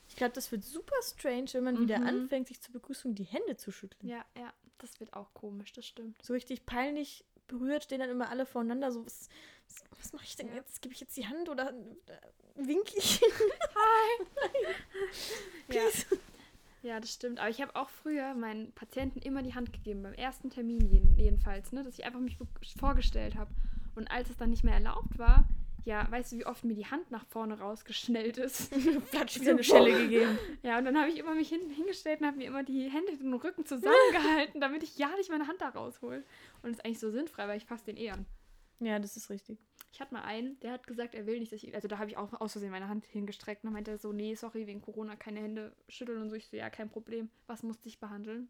Speaker 1: Ich glaube, das wird super strange, wenn man wieder
Speaker 2: Mhm.
Speaker 1: anfängt, sich zur Begrüßung die Hände zu schütteln.
Speaker 2: Ja, ja, das wird auch komisch, das stimmt.
Speaker 1: So richtig peinlich berührt stehen dann immer alle voreinander. So, was, was, was mache ich denn
Speaker 2: Ja.
Speaker 1: jetzt? Gebe ich jetzt die Hand oder äh, wink ich?
Speaker 2: Ja. ja, das stimmt. Aber ich habe auch früher meinen Patienten immer die Hand gegeben, beim ersten Termin jeden, jedenfalls, ne, dass ich einfach mich be- vorgestellt habe. Und als es dann nicht mehr erlaubt war, ja, weißt du, wie oft mir die Hand nach vorne rausgeschnellt ist?
Speaker 1: Platsch wieder eine Schelle gegeben.
Speaker 2: Ja, und dann habe ich immer mich hinten hingestellt und habe mir immer die Hände den Rücken zusammengehalten, damit ich ja nicht meine Hand da raushole. Und das ist eigentlich so sinnfrei, weil ich fasse den eh an.
Speaker 1: Ja, das ist richtig.
Speaker 2: Ich hatte mal einen, der hat gesagt, er will nicht, dass ich. Also da habe ich auch aus Versehen meine Hand hingestreckt. Und dann meinte er so, nee, sorry, wegen Corona keine Hände schütteln und so. Ich so, ja, kein Problem. Was musste ich behandeln?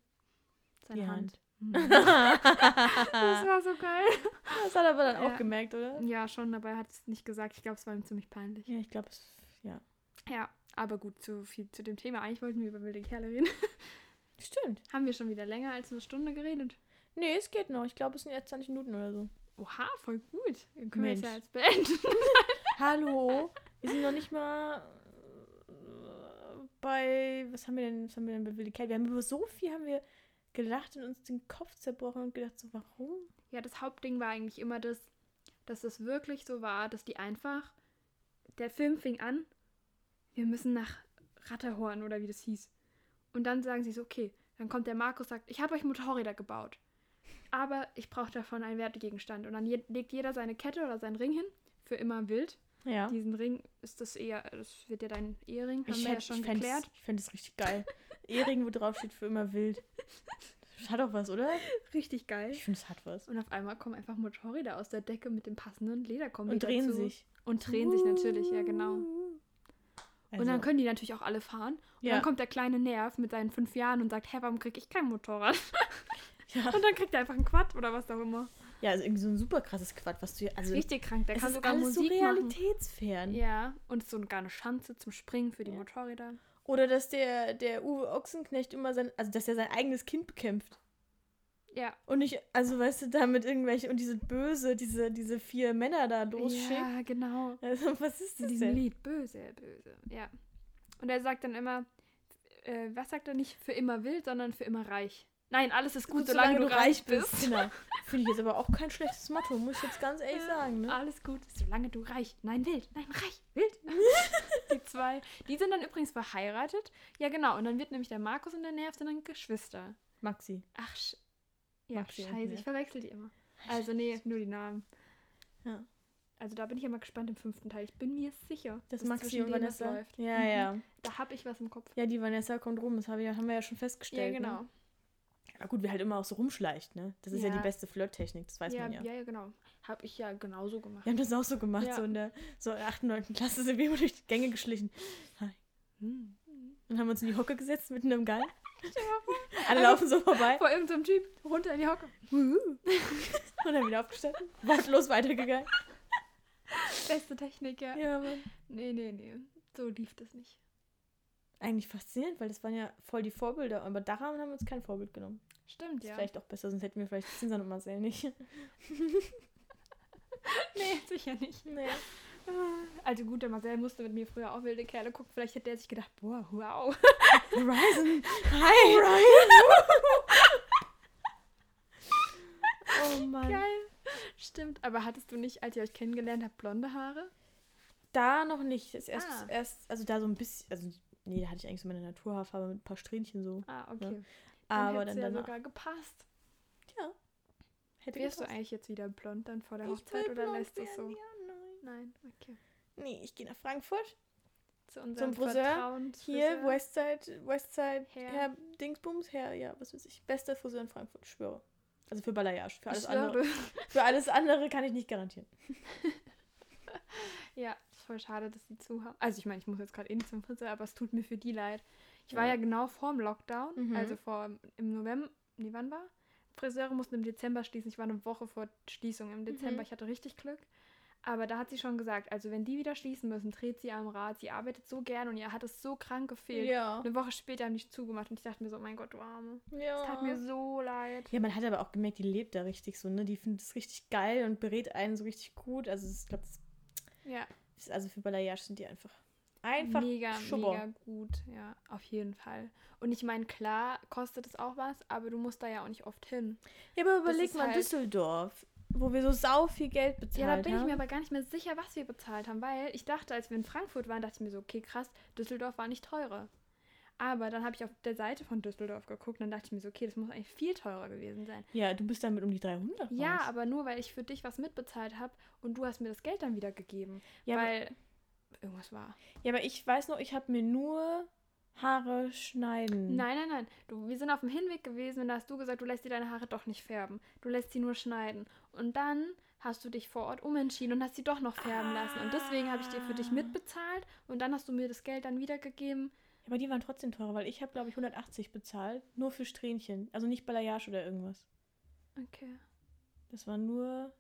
Speaker 2: Seine
Speaker 1: Die
Speaker 2: Hand.
Speaker 1: Hand.
Speaker 2: Mhm. Das
Speaker 1: das
Speaker 2: war so geil.
Speaker 1: hat er aber dann
Speaker 2: Ja.
Speaker 1: auch gemerkt, oder?
Speaker 2: Ja, schon, dabei hat es nicht gesagt. Ich glaube, es war ihm ziemlich peinlich.
Speaker 1: Ja, ich glaube, es. Ja.
Speaker 2: Ja, aber gut, zu viel zu dem Thema. Eigentlich wollten wir über wilde Kerle reden.
Speaker 1: Stimmt.
Speaker 2: Haben wir schon wieder länger als eine Stunde geredet.
Speaker 1: Nee, es geht noch. Ich glaube, es sind jetzt 20 Minuten oder so.
Speaker 2: Oha, voll gut. Dann können wir
Speaker 1: Mensch.
Speaker 2: das ja jetzt beenden.
Speaker 1: Hallo. Wir sind noch nicht mal äh, bei. Was haben wir denn? Was haben wir denn bei Willy Cat? Wir haben über so viel haben wir gelacht und uns den Kopf zerbrochen und gedacht, so warum?
Speaker 2: Ja, das Hauptding war eigentlich immer das, dass es wirklich so war, dass die einfach. Der Film fing an, wir müssen nach Ratterhorn oder wie das hieß. Und dann sagen sie so, okay, dann kommt der Markus, sagt, ich habe euch Motorräder gebaut. Aber ich brauche davon einen Wertegegenstand. Und dann je legt jeder seine Kette oder seinen Ring hin, für immer wild.
Speaker 1: Ja.
Speaker 2: Diesen Ring ist das eher, das wird ja dein Ehering, haben
Speaker 1: Ich
Speaker 2: wir ja
Speaker 1: hätte
Speaker 2: schon
Speaker 1: ich fänd's-
Speaker 2: geklärt.
Speaker 1: Ich fände es richtig geil. Ehring, wo drauf steht, für immer wild. Das Hat doch was, oder?
Speaker 2: Richtig geil.
Speaker 1: Ich finde, es hat was.
Speaker 2: Und auf einmal kommen einfach Motorräder aus der Decke mit dem passenden Lederkombi.
Speaker 1: Und drehen
Speaker 2: dazu.
Speaker 1: sich.
Speaker 2: Und drehen sich natürlich, ja, genau.
Speaker 1: Also,
Speaker 2: und dann können die natürlich auch alle fahren. Und
Speaker 1: ja.
Speaker 2: dann kommt der kleine Nerv mit seinen fünf Jahren und sagt, hä, warum krieg ich kein Motorrad?
Speaker 1: ja.
Speaker 2: Und dann kriegt er einfach ein Quad oder was auch immer.
Speaker 1: ja, also irgendwie so ein super krasses Quad, was du hier. Also,
Speaker 2: Richtig krank, der
Speaker 1: es
Speaker 2: kann
Speaker 1: ist
Speaker 2: sogar
Speaker 1: alles
Speaker 2: Musik
Speaker 1: so
Speaker 2: machen.
Speaker 1: realitätsfern.
Speaker 2: Ja, und so sogar eine Schanze zum Springen für die Motorräder.
Speaker 1: Oder dass der, der Uwe Ochsenknecht immer sein, also dass er sein eigenes Kind bekämpft.
Speaker 2: Ja.
Speaker 1: Und nicht, also weißt du, damit irgendwelche, und diese böse, diese, diese vier Männer da losschickt.
Speaker 2: Ja, genau.
Speaker 1: Also was ist
Speaker 2: Zu
Speaker 1: das
Speaker 2: diesem
Speaker 1: denn?
Speaker 2: Lied. Böse, böse. Ja. Und er sagt dann immer, äh, was sagt er nicht? Für immer wild, sondern für immer reich. Nein, alles
Speaker 1: Also
Speaker 2: ist gut, solange, du reich bist.
Speaker 1: Genau. Finde ich jetzt aber auch kein schlechtes Motto, muss ich jetzt ganz ehrlich
Speaker 2: Ja, Ah.
Speaker 1: sagen. Ne?
Speaker 2: Alles gut, solange du reich. Nein, wild. Nein, reich. Wild. die zwei. Die sind dann übrigens verheiratet. Ja, genau. Und dann wird nämlich der Markus und der Nerv sind dann Geschwister.
Speaker 1: Maxi.
Speaker 2: Ach, sch ja,
Speaker 1: Maxi und
Speaker 2: scheiße.
Speaker 1: Nerv.
Speaker 2: Ich verwechsel die immer. Also, nee, nur die Namen.
Speaker 1: Ja.
Speaker 2: Also, da bin ich ja mal gespannt im fünften Teil. Ich bin mir sicher,
Speaker 1: Das
Speaker 2: dass
Speaker 1: Maxi
Speaker 2: zwischen
Speaker 1: und
Speaker 2: denen was
Speaker 1: Vanessa.
Speaker 2: läuft. Mhm.
Speaker 1: Ja, ja.
Speaker 2: Da habe ich was im Kopf.
Speaker 1: Ja, die Vanessa kommt rum, das haben wir ja- haben wir ja schon
Speaker 2: Ja,
Speaker 1: festgestellt.
Speaker 2: genau.
Speaker 1: Ne? Ja, gut, wie halt immer auch so rumschleicht, ne? Das ist ja,
Speaker 2: Ja.
Speaker 1: die beste Flirttechnik, das weiß
Speaker 2: ja,
Speaker 1: man ja.
Speaker 2: ja, ja, genau. Habe ich ja genauso gemacht.
Speaker 1: Wir haben das auch so gemacht,
Speaker 2: Ja.
Speaker 1: so in der so in der 8. 9. Klasse sind wir immer durch die Gänge geschlichen.
Speaker 2: Hm.
Speaker 1: Dann haben wir uns in die Hocke gesetzt mitten im Gang. Alle laufen so vorbei.
Speaker 2: Also Vor irgendeinem Typ runter in die Hocke.
Speaker 1: Und dann wieder aufgestanden. Wortlos weitergegangen.
Speaker 2: Beste Technik, ja.
Speaker 1: Ja, Mann.
Speaker 2: Nee, nee, nee. So lief das nicht.
Speaker 1: Eigentlich faszinierend, weil das waren ja voll die Vorbilder. Aber daran haben wir uns kein Vorbild genommen.
Speaker 2: Stimmt,
Speaker 1: Ist
Speaker 2: ja.
Speaker 1: vielleicht auch besser, sonst hätten wir vielleicht Zinsan und Marcel nicht.
Speaker 2: Nee, sicher nicht.
Speaker 1: Nee.
Speaker 2: Also gut, der Marcel musste mit mir früher auch wilde Kerle gucken. Vielleicht hätte er sich gedacht, boah, wow.
Speaker 1: Horizon! Hi! Horizon! oh Mann.
Speaker 2: Geil. Stimmt, aber hattest du nicht, als ihr euch kennengelernt habt, blonde Haare?
Speaker 1: Da noch nicht. Das erst,
Speaker 2: Ah.
Speaker 1: erst, also da so ein bisschen, also nee, da hatte ich eigentlich so meine Naturhaarfarbe mit ein paar Strähnchen so.
Speaker 2: Ah, okay.
Speaker 1: Aber
Speaker 2: hätt's
Speaker 1: dann
Speaker 2: ja
Speaker 1: danach.
Speaker 2: sogar gepasst.
Speaker 1: hätte
Speaker 2: Wärst du
Speaker 1: gepasst.
Speaker 2: eigentlich jetzt wieder blond dann vor der
Speaker 1: Ich
Speaker 2: Hochzeit
Speaker 1: will
Speaker 2: oder
Speaker 1: blond
Speaker 2: lässt du es
Speaker 1: werden,
Speaker 2: so?
Speaker 1: Ja, nein.
Speaker 2: Nein, okay.
Speaker 1: Nee, ich gehe nach Frankfurt.
Speaker 2: Zu unserem
Speaker 1: Friseur,
Speaker 2: Vertrauen.
Speaker 1: Hier, Westside, Westside,
Speaker 2: Herr.
Speaker 1: Herr. Dingsbums, Herr, ja, was weiß ich. Bester Friseur in Frankfurt, ich schwöre. Also für Balayage. Für alles,
Speaker 2: Ich schwöre.
Speaker 1: andere, für alles andere kann ich nicht garantieren.
Speaker 2: Ja, ist voll schade, dass die zu haben. Also ich meine, ich muss jetzt gerade eh nicht zum Friseur, aber es tut mir für die leid. Ich war ja,
Speaker 1: Ja.
Speaker 2: genau vor dem Lockdown,
Speaker 1: Mhm.
Speaker 2: also vor im November, nee, wann war? Friseure mussten im Dezember schließen. Ich war eine Woche vor Schließung im Dezember.
Speaker 1: Mhm.
Speaker 2: Ich hatte richtig Glück. Aber da hat sie schon gesagt, also wenn die wieder schließen müssen, dreht sie am Rad. Sie arbeitet so gern und ihr hat es so krank gefehlt.
Speaker 1: Ja.
Speaker 2: Eine Woche später haben die zugemacht und ich dachte mir so, mein Gott, du Arme. Es
Speaker 1: Ja.
Speaker 2: tat mir so leid.
Speaker 1: Oh. ja, man hat aber auch gemerkt, die lebt da richtig so, ne? Die findet es richtig geil und berät einen so richtig gut. Also ich glaube, das
Speaker 2: Ja,
Speaker 1: ist also für Balayage sind die einfach. Einfach
Speaker 2: mega,
Speaker 1: Schubber.
Speaker 2: mega gut, ja, auf jeden Fall. Und ich meine, klar kostet es auch was, aber du musst da ja auch nicht oft hin.
Speaker 1: Ja, aber
Speaker 2: ist
Speaker 1: überleg mal,
Speaker 2: halt-
Speaker 1: Düsseldorf, wo wir so sau viel Geld bezahlt
Speaker 2: Ja, da bin ich
Speaker 1: haben.
Speaker 2: mir aber gar nicht mehr sicher, was wir bezahlt haben, weil ich dachte, als wir in Frankfurt waren, dachte ich mir so, okay, krass, Düsseldorf war nicht teurer. Aber dann habe ich auf der Seite von Düsseldorf geguckt und dann dachte ich mir so, okay, das muss eigentlich viel teurer gewesen sein.
Speaker 1: ja, du bist damit um die 300
Speaker 2: Ja,
Speaker 1: raus.
Speaker 2: aber nur weil ich für dich was mitbezahlt habe und du hast mir das Geld dann wieder gegeben,
Speaker 1: ja, aber,
Speaker 2: weil irgendwas war.
Speaker 1: ja, aber ich weiß noch, ich habe mir nur Haare schneiden.
Speaker 2: Nein, nein, nein. Du, wir sind auf dem Hinweg gewesen und da hast du gesagt, du lässt dir deine Haare doch nicht färben. Du lässt sie nur schneiden. Und dann hast du dich vor Ort umentschieden und hast sie doch noch färben lassen. Und deswegen habe ich dir für dich
Speaker 1: Ah.
Speaker 2: mitbezahlt und dann hast du mir das Geld dann wiedergegeben.
Speaker 1: Ja, Aber die waren trotzdem teurer, weil ich habe, glaube ich, 180 bezahlt, nur für Strähnchen. Also nicht Balayage oder irgendwas.
Speaker 2: Okay.
Speaker 1: Das war nur.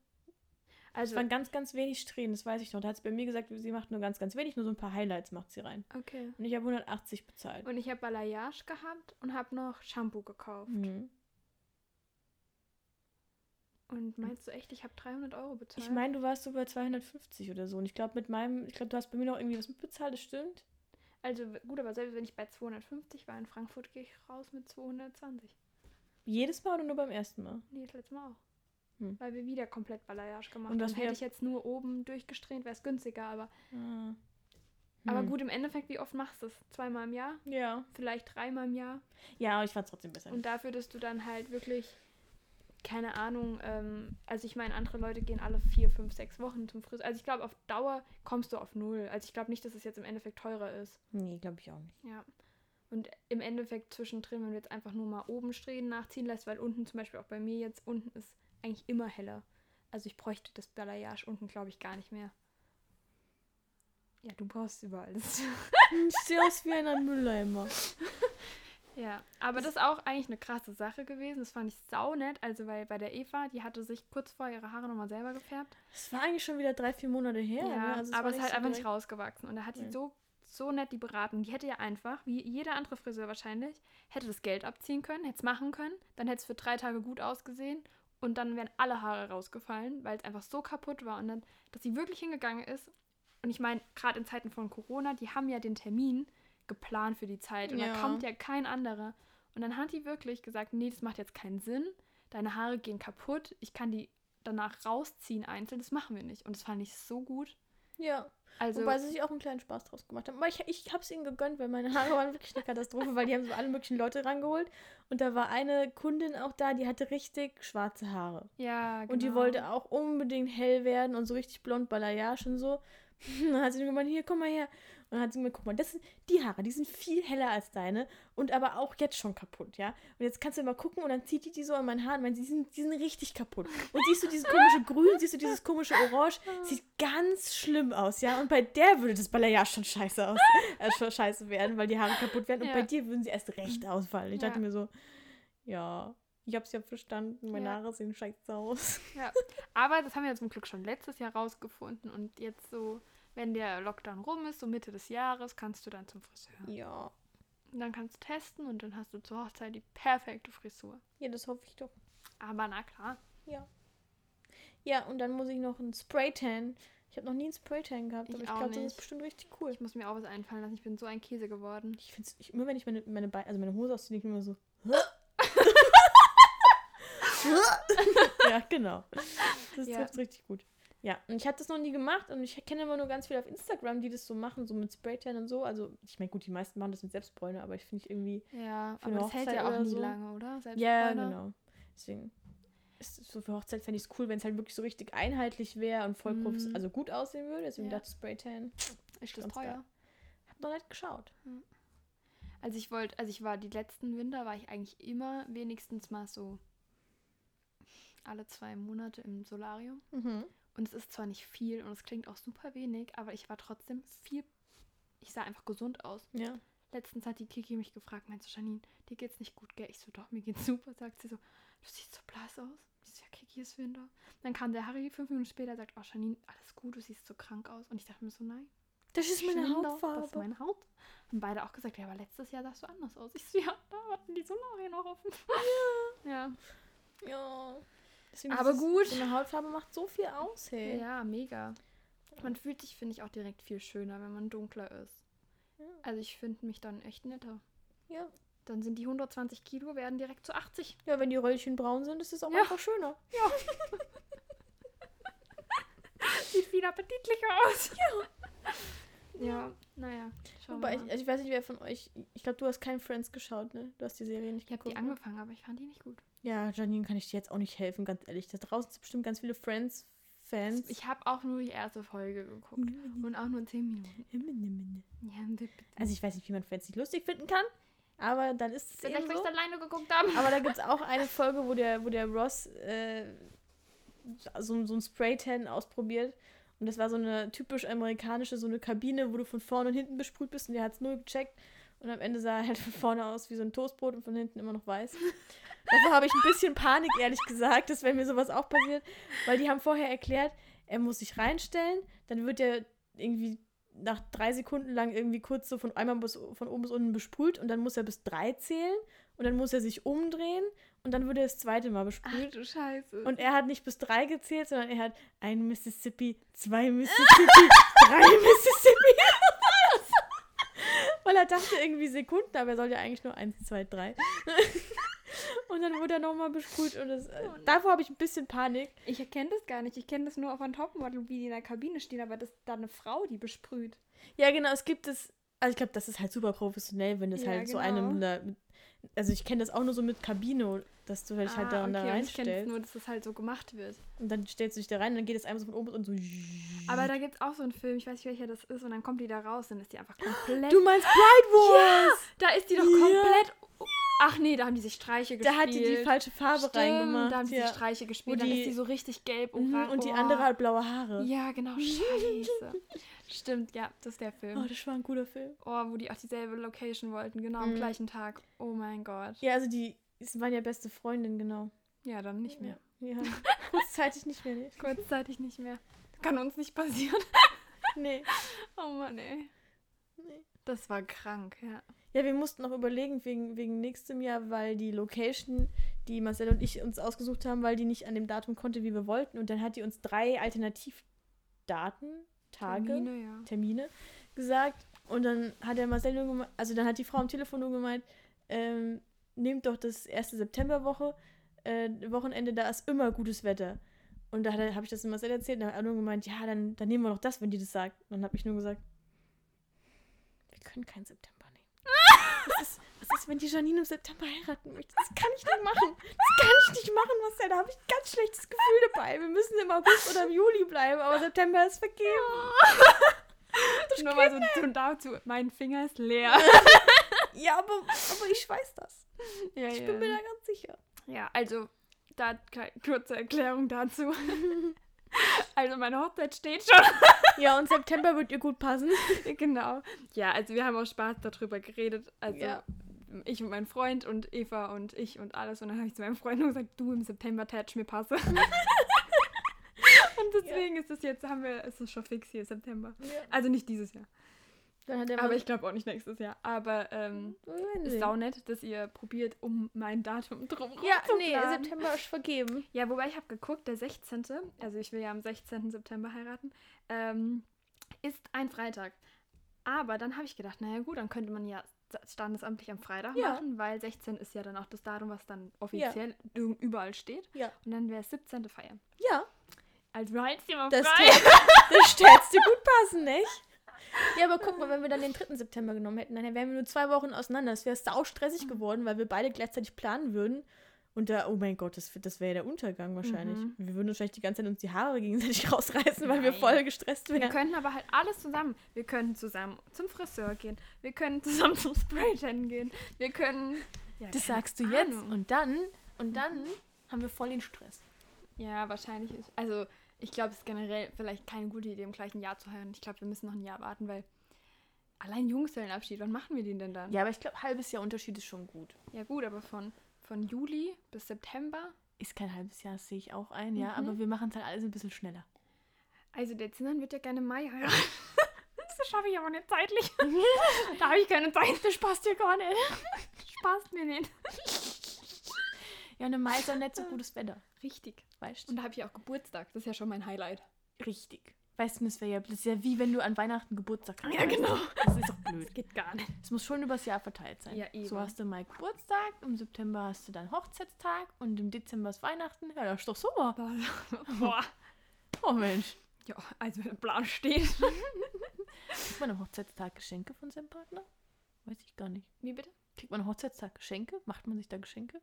Speaker 1: Es
Speaker 2: Also,
Speaker 1: waren ganz, ganz wenig Strähnen, das weiß ich noch. Da hat sie bei mir gesagt, sie macht nur ganz, ganz wenig, nur so ein paar Highlights macht sie rein.
Speaker 2: okay.
Speaker 1: Und ich habe 180 bezahlt.
Speaker 2: Und ich habe Balayage gehabt und habe noch Shampoo gekauft.
Speaker 1: Mhm.
Speaker 2: Und meinst du echt, ich habe 300 Euro bezahlt?
Speaker 1: Ich meine, du warst so bei 250 oder so. Und ich glaube, mit meinem, ich glaube, du hast bei mir noch irgendwie was mitbezahlt, das stimmt.
Speaker 2: also w- gut, aber selbst wenn ich bei 250 war in Frankfurt, gehe ich raus mit 220.
Speaker 1: Jedes Mal oder nur beim ersten Mal?
Speaker 2: Nee, das letzte Mal auch.
Speaker 1: Hm.
Speaker 2: Weil wir wieder komplett Balayage gemacht
Speaker 1: Und das
Speaker 2: haben. Hätte
Speaker 1: wieder-
Speaker 2: ich jetzt nur oben durchgestreht, wäre es günstiger. Aber,
Speaker 1: Ah.
Speaker 2: aber
Speaker 1: Hm.
Speaker 2: gut, im Endeffekt, wie oft machst du es? Zweimal im Jahr?
Speaker 1: Ja.
Speaker 2: Vielleicht dreimal im Jahr?
Speaker 1: Ja, aber ich fand es trotzdem besser.
Speaker 2: Und dafür, dass du dann halt wirklich, keine Ahnung, ähm, also ich meine, andere Leute gehen alle vier, fünf, sechs Wochen zum Friseur. Also ich glaube, auf Dauer kommst du auf null. Also ich glaube nicht, dass es jetzt im Endeffekt teurer ist.
Speaker 1: nee, glaube ich auch nicht.
Speaker 2: Ja. Und im Endeffekt zwischendrin, wenn du jetzt einfach nur mal oben Strähnen nachziehen lässt, weil unten zum Beispiel auch bei mir jetzt, unten ist eigentlich immer heller. Also ich bräuchte das Balayage unten, glaube ich, gar nicht mehr. Ja, du brauchst überall.
Speaker 1: Ich sehe aus wie ein Mülleimer.
Speaker 2: Ja, aber das ist auch eigentlich eine krasse Sache gewesen. Das fand ich saunett. Also, weil bei der Eva, die hatte sich kurz vor ihre Haare nochmal selber gefärbt.
Speaker 1: Es war eigentlich schon wieder drei, vier Monate her.
Speaker 2: Ja,
Speaker 1: ne? Also
Speaker 2: aber
Speaker 1: war
Speaker 2: es ist halt
Speaker 1: so
Speaker 2: einfach nicht
Speaker 1: direkt-
Speaker 2: rausgewachsen. Und da hat sie
Speaker 1: Nee.
Speaker 2: so, so nett die beraten. Die hätte ja einfach, wie jeder andere Friseur wahrscheinlich, hätte das Geld abziehen können, hätte es machen können, dann hätte es für drei Tage gut ausgesehen und dann wären alle Haare rausgefallen, weil es einfach so kaputt war. Und dann, dass sie wirklich hingegangen ist. Und ich meine, gerade in Zeiten von Corona, die haben ja den Termin geplant für die Zeit und da
Speaker 1: Ja.
Speaker 2: kommt ja kein anderer. Und dann hat die wirklich gesagt, nee, das macht jetzt keinen Sinn, deine Haare gehen kaputt, ich kann die danach rausziehen einzeln, das machen wir nicht. Und das fand ich so gut.
Speaker 1: Ja.
Speaker 2: Also,
Speaker 1: Wobei sie sich auch einen kleinen Spaß draus gemacht haben. Aber ich, ich habe es ihnen gegönnt, weil meine Haare waren wirklich eine Katastrophe, weil die haben so alle möglichen Leute rangeholt. Und da war eine Kundin auch da, die hatte richtig schwarze Haare.
Speaker 2: ja, genau.
Speaker 1: Und die wollte auch unbedingt hell werden und so richtig blond Balayage und so. Und dann hat sie mir gemeint, hier, komm mal her. Und dann hat sie mir guck mal, das sind die Haare, die sind viel heller als deine und aber auch jetzt schon kaputt, ja. Und jetzt kannst du mal gucken und dann zieht die die so an meinen Haaren, meint, die sind, die sind richtig kaputt. Und siehst du dieses komische Grün, siehst du dieses komische Orange, sieht ganz schlimm aus, ja. Und bei der würde das Balayage schon scheiße aus, äh, schon scheiße werden, weil die Haare kaputt werden. Und
Speaker 2: Ja.
Speaker 1: bei dir würden sie erst recht ausfallen. Ich
Speaker 2: Ja.
Speaker 1: dachte mir so, ja, Ich hab's ja verstanden, meine
Speaker 2: Ja.
Speaker 1: Haare sehen scheiße aus.
Speaker 2: Aber das haben wir ja zum Glück schon letztes Jahr rausgefunden. Und jetzt so, wenn der Lockdown rum ist, so Mitte des Jahres, kannst du dann zum Friseur.
Speaker 1: Ja.
Speaker 2: Und dann kannst du testen und dann hast du zur Hochzeit die perfekte Frisur.
Speaker 1: Ja, das hoffe ich doch.
Speaker 2: Aber na klar.
Speaker 1: Ja. Ja, und dann muss ich noch einen Spraytan. Ich habe noch nie einen Spraytan gehabt,
Speaker 2: Ich
Speaker 1: aber ich
Speaker 2: auch
Speaker 1: glaube, das
Speaker 2: nicht.
Speaker 1: ist bestimmt richtig cool.
Speaker 2: Ich muss mir auch was einfallen lassen. Ich bin so ein Käse geworden.
Speaker 1: Ich finde es, immer wenn ich meine, meine Beine, also meine Hose ausziehe, denke ich mir immer so. ja, genau. Das
Speaker 2: Ja.
Speaker 1: trifft richtig gut. Ja, und ich habe das noch nie gemacht und ich kenne immer nur ganz viele auf Instagram, die das so machen, so mit Spraytan und so. Also, ich meine, gut, die meisten machen das mit Selbstbräune, aber ich finde ich irgendwie.
Speaker 2: Ja,
Speaker 1: Für
Speaker 2: aber
Speaker 1: eine
Speaker 2: das hält
Speaker 1: Hochzeit
Speaker 2: ja auch
Speaker 1: oder
Speaker 2: nie
Speaker 1: so.
Speaker 2: lange, oder? Selbst
Speaker 1: Ja,
Speaker 2: Bräune.
Speaker 1: genau. Deswegen. Ist so für Hochzeit fände ich es cool, wenn es halt wirklich so richtig einheitlich wäre und voll profes-
Speaker 2: Mhm.
Speaker 1: also gut aussehen würde. Deswegen
Speaker 2: Ja.
Speaker 1: dachte ich Spraytan.
Speaker 2: Ist das
Speaker 1: Ganz geil.
Speaker 2: teuer?
Speaker 1: Hab noch nicht geschaut.
Speaker 2: Also ich wollte, also ich war die letzten Winter war ich eigentlich immer wenigstens mal so alle zwei Monate im Solarium. Und es ist zwar nicht viel und es klingt auch super wenig, aber ich war trotzdem viel. Ich sah einfach gesund aus.
Speaker 1: Ja.
Speaker 2: Letztens hat die Kiki mich gefragt, meinst du, Janine, dir geht's nicht gut, gell? Ich so, doch, mir geht's super, sagt sie so, du siehst so blass aus. Ich so, ja, Kiki ist Winter. Dann kam der Harry fünf Minuten später, sagt, oh, Janine, alles gut, du siehst so krank aus. Und ich dachte mir so, nein.
Speaker 1: Das ist meine
Speaker 2: Schlimm doch, Das ist
Speaker 1: Hautfarbe.
Speaker 2: meine Haut. Haben beide auch gesagt, ja, aber letztes Jahr sahst du anders aus. Ich so, ja, da hatten die Solarien noch offen. Ja.
Speaker 1: Ja. Deswegen
Speaker 2: Aber
Speaker 1: ist es-
Speaker 2: gut.
Speaker 1: So eine Hautfarbe macht so viel aus, hey.
Speaker 2: Ja, mega. Man fühlt sich, finde ich, auch direkt viel schöner, wenn man dunkler ist.
Speaker 1: Ja.
Speaker 2: Also ich finde mich dann echt netter.
Speaker 1: Ja.
Speaker 2: Dann sind die 120 Kilo, werden direkt zu 80.
Speaker 1: Ja, wenn die Röllchen braun sind, ist es auch
Speaker 2: Ja.
Speaker 1: einfach schöner.
Speaker 2: Sieht viel appetitlicher aus. Ja. ja, naja. Schauen
Speaker 1: Wobei,
Speaker 2: wir
Speaker 1: ich,
Speaker 2: mal.
Speaker 1: also ich weiß nicht, wer von euch. Ich glaube, du hast keinen Friends geschaut, ne? Du hast die Serie nicht
Speaker 2: ich habe die
Speaker 1: ne?
Speaker 2: angefangen, aber ich fand die nicht gut.
Speaker 1: Ja, Janine kann ich dir jetzt auch nicht helfen, ganz ehrlich. Da draußen sind bestimmt ganz viele Friends-Fans.
Speaker 2: Ich habe auch nur die erste Folge geguckt. Und auch nur 10 Minuten. Ja, bitte.
Speaker 1: Also ich weiß nicht, wie man Friends nicht lustig finden kann, aber dann ist es
Speaker 2: Vielleicht,
Speaker 1: eben
Speaker 2: weil ich
Speaker 1: so.
Speaker 2: alleine geguckt habe.
Speaker 1: Aber da gibt es auch eine Folge, wo der, wo der Ross äh, so, so ein Spray-Tan ausprobiert. Und das war so eine typisch amerikanische, so eine Kabine, wo du von vorne und hinten besprüht bist und der hat es null gecheckt. Und am Ende sah er halt von vorne aus wie so ein Toastbrot und von hinten immer noch weiß. Dafür habe ich ein bisschen Panik, ehrlich gesagt, dass wenn mir sowas auch passiert, weil die haben vorher erklärt, er muss sich reinstellen, dann wird er irgendwie nach drei Sekunden lang irgendwie kurz so von einmal bis, von oben bis unten besprüht und dann muss er bis drei zählen und dann muss er sich umdrehen und dann wird er das zweite Mal
Speaker 2: Ach
Speaker 1: besprüht.
Speaker 2: du Scheiße.
Speaker 1: Und er hat nicht bis drei gezählt, sondern er hat ein Mississippi, zwei Mississippi, drei Mississippi. Weil er dachte irgendwie Sekunden, aber er sollte eigentlich nur eins, zwei, drei. und dann wurde er nochmal besprüht und das, äh, davor habe ich ein bisschen Panik.
Speaker 2: ich erkenne das gar nicht. Ich kenne das nur auf einem Topmodel, wie die in der Kabine stehen, aber das ist da eine Frau, die besprüht.
Speaker 1: Ja, genau, es gibt es. Also ich glaube, das ist halt super professionell, wenn das
Speaker 2: Ja,
Speaker 1: halt so
Speaker 2: genau.
Speaker 1: einem da, also ich kenne das auch nur so mit Kabine, dass du halt, halt daran da
Speaker 2: Ich kenne es
Speaker 1: reinstellst.
Speaker 2: nur, dass das halt so gemacht wird.
Speaker 1: Und dann stellst du dich da rein und dann geht es einmal so von oben und so.
Speaker 2: Aber da gibt es auch so einen Film, ich weiß nicht, welcher das ist, und dann kommt die da raus, dann ist die einfach komplett.
Speaker 1: Du meinst Pride Wars!
Speaker 2: da ist die doch
Speaker 1: Ja.
Speaker 2: komplett. Ach nee, da haben die sich Streiche gespielt.
Speaker 1: Da hat die die falsche Farbe
Speaker 2: Stimmt,
Speaker 1: reingemacht.
Speaker 2: Da haben die
Speaker 1: ja.
Speaker 2: sich Streiche gespielt,
Speaker 1: Wo
Speaker 2: dann
Speaker 1: die-
Speaker 2: ist die so richtig gelb und
Speaker 1: Mhm,
Speaker 2: rot.
Speaker 1: und die andere
Speaker 2: Boah.
Speaker 1: hat blaue Haare.
Speaker 2: Ja, genau, scheiße. Stimmt, ja, das ist der Film.
Speaker 1: Oh, das war ein guter Film.
Speaker 2: Oh, wo die auch dieselbe Location wollten, genau am
Speaker 1: Mhm.
Speaker 2: gleichen Tag. Oh mein Gott.
Speaker 1: Ja, also die es waren ja beste Freundin, genau.
Speaker 2: Ja, dann nicht mehr.
Speaker 1: Ja. Kurzzeitig nicht mehr, ne?
Speaker 2: Kurzzeitig nicht mehr. Kann uns nicht passieren.
Speaker 1: Nee.
Speaker 2: Oh Mann, ey.
Speaker 1: nee.
Speaker 2: Das war krank, ja.
Speaker 1: Ja, wir mussten auch überlegen wegen, wegen nächstem Jahr, weil die Location, die Marcel und ich uns ausgesucht haben, weil die nicht an dem Datum konnte, wie wir wollten. Und dann hat die uns drei Alternativdaten, Tage, Termine,
Speaker 2: Termine, ja.
Speaker 1: gesagt. Und dann hat der Marcel nur gemeint, also dann hat die Frau am Telefon nur gemeint, ähm, nehmt doch das erste Septemberwoche, äh, Wochenende, da ist immer gutes Wetter. Und da habe ich das dem Marcel erzählt und dann hat er nur gemeint, ja, dann, dann nehmen wir doch das, wenn die das sagt. Und dann habe ich nur gesagt, wir können keinen September nehmen. Was ist, was ist, wenn die Janine im September heiraten möchte? Das kann ich nicht machen. Das kann ich nicht machen, Marcel. Da habe ich ein ganz schlechtes Gefühl dabei. Wir müssen im August oder im Juli bleiben, aber September ist vergeben.
Speaker 2: Nur mal so zum dazu, mein Finger ist leer.
Speaker 1: Ja, aber, aber ich weiß das.
Speaker 2: ja,
Speaker 1: Ich
Speaker 2: ja.
Speaker 1: bin mir da ganz sicher.
Speaker 2: ja, also, da ke- kurze Erklärung dazu. also, meine Hochzeit steht schon.
Speaker 1: Ja, und September wird ihr gut passen.
Speaker 2: genau. Ja, also, wir haben auch Spaß darüber geredet. Also,
Speaker 1: Ja.
Speaker 2: ich und mein Freund und Eva und ich und alles. Und dann habe ich zu meinem Freund nur gesagt, du im September tätsch mir passe. und deswegen ist das jetzt, haben wir, ist es schon fix hier, September. Also nicht dieses Jahr.
Speaker 1: Dann hat er
Speaker 2: Aber ich glaube auch nicht nächstes Jahr. Aber ähm, ist
Speaker 1: ja,
Speaker 2: saunett, dass ihr probiert, um mein Datum drum zu
Speaker 1: nee,
Speaker 2: planen.
Speaker 1: September ist vergeben.
Speaker 2: Ja, wobei ich habe geguckt, der 16., also ich will ja am 16. September heiraten, ähm, ist ein Freitag. Aber dann habe ich gedacht, naja gut, dann könnte man ja sta- standesamtlich am Freitag
Speaker 1: Ja.
Speaker 2: machen, weil 16 ist ja dann auch das Datum, was dann offiziell irgend- überall steht.
Speaker 1: Ja.
Speaker 2: Und dann wäre es 17. Feier.
Speaker 1: Ja,
Speaker 2: Also heizt ihr mal
Speaker 1: das,
Speaker 2: frei.
Speaker 1: tät- das tät's dir gut passen, nicht? Ja, aber guck mal, wenn wir dann den 3. September genommen hätten, dann wären wir nur zwei Wochen auseinander. Es wäre sau stressig geworden, weil wir beide gleichzeitig planen würden. Und da, oh mein Gott, das, das wäre ja der Untergang wahrscheinlich.
Speaker 2: Mhm.
Speaker 1: Wir würden wahrscheinlich die ganze Zeit uns die Haare gegenseitig rausreißen, weil wir
Speaker 2: Nein.
Speaker 1: voll gestresst
Speaker 2: Wir
Speaker 1: wären.
Speaker 2: könnten aber halt alles zusammen. Wir könnten zusammen zum Friseur gehen. Wir können zusammen zum Spraytan gehen. Wir können. Ja,
Speaker 1: Das
Speaker 2: keine
Speaker 1: sagst du jetzt.
Speaker 2: Ahnung.
Speaker 1: Und dann, und dann haben wir voll den Stress.
Speaker 2: Ja, wahrscheinlich ist. Also, ich glaube, es ist generell vielleicht keine gute Idee, im gleichen Jahr zu heiraten. Ich glaube, wir müssen noch ein Jahr warten, weil allein Junggesellenabschied, wann machen wir den denn dann?
Speaker 1: Ja, aber ich glaube, halbes Jahr Unterschied ist schon gut.
Speaker 2: Ja, gut, aber von, von Juli bis September.
Speaker 1: Ist kein halbes Jahr, das sehe ich auch ein, ja.
Speaker 2: Mhm.
Speaker 1: Aber wir machen es halt alles ein bisschen schneller.
Speaker 2: Also, der Zinnern wird ja gerne im Mai heiraten. Das schaffe ich aber nicht zeitlich. da habe ich keine Zeit. Das passt dir gar nicht. Spaßt mir nicht.
Speaker 1: Ja, und im Mai ist auch nicht so gutes Wetter,
Speaker 2: Richtig.
Speaker 1: weißt
Speaker 2: Und da habe ich auch Geburtstag. Das ist ja schon mein Highlight.
Speaker 1: Richtig. Weißt du, das wäre ja, das ist ja wie wenn du an Weihnachten Geburtstag hast.
Speaker 2: Ja, genau.
Speaker 1: Das ist doch blöd.
Speaker 2: Geht gar nicht.
Speaker 1: Es muss schon übers Jahr verteilt sein.
Speaker 2: Ja, eben.
Speaker 1: So hast du im Mai Geburtstag, im September hast du dann Hochzeitstag und im Dezember ist Weihnachten. Ja, das ist doch super.
Speaker 2: Boah.
Speaker 1: Oh Mensch.
Speaker 2: Ja, also, der Plan steht.
Speaker 1: Kriegt man am Hochzeitstag Geschenke von seinem Partner? Weiß ich gar nicht.
Speaker 2: Wie bitte?
Speaker 1: Kriegt man am Hochzeitstag Geschenke? Macht man sich da Geschenke?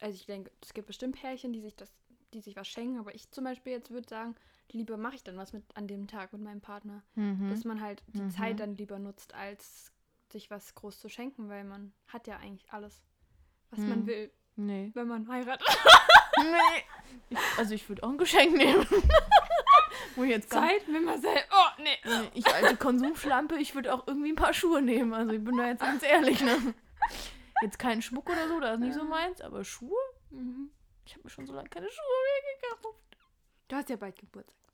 Speaker 2: Also ich denke, es gibt bestimmt Pärchen, die sich das, die sich was schenken, aber ich zum Beispiel jetzt würde sagen, lieber mache ich dann was mit an dem Tag mit meinem Partner. Dass man halt die
Speaker 1: Mhm.
Speaker 2: Zeit dann lieber nutzt, als sich was groß zu schenken, weil man hat ja eigentlich alles, was man
Speaker 1: Mhm.
Speaker 2: will,
Speaker 1: Nee.
Speaker 2: wenn man heiratet.
Speaker 1: nee. Ich, also ich würde auch ein Geschenk nehmen. Wo ich jetzt gar
Speaker 2: Zeit, wenn man selbst. Oh, nee.
Speaker 1: Nee, Ich alte Konsumschlampe, ich würde auch irgendwie ein paar Schuhe nehmen. Also ich bin da jetzt ganz ehrlich. Ne? Jetzt keinen Schmuck oder so, das ist nicht so meins, aber Schuhe?
Speaker 2: Mhm.
Speaker 1: Ich habe mir schon so lange keine Schuhe mehr gekauft.
Speaker 2: Du hast ja bald Geburtstag.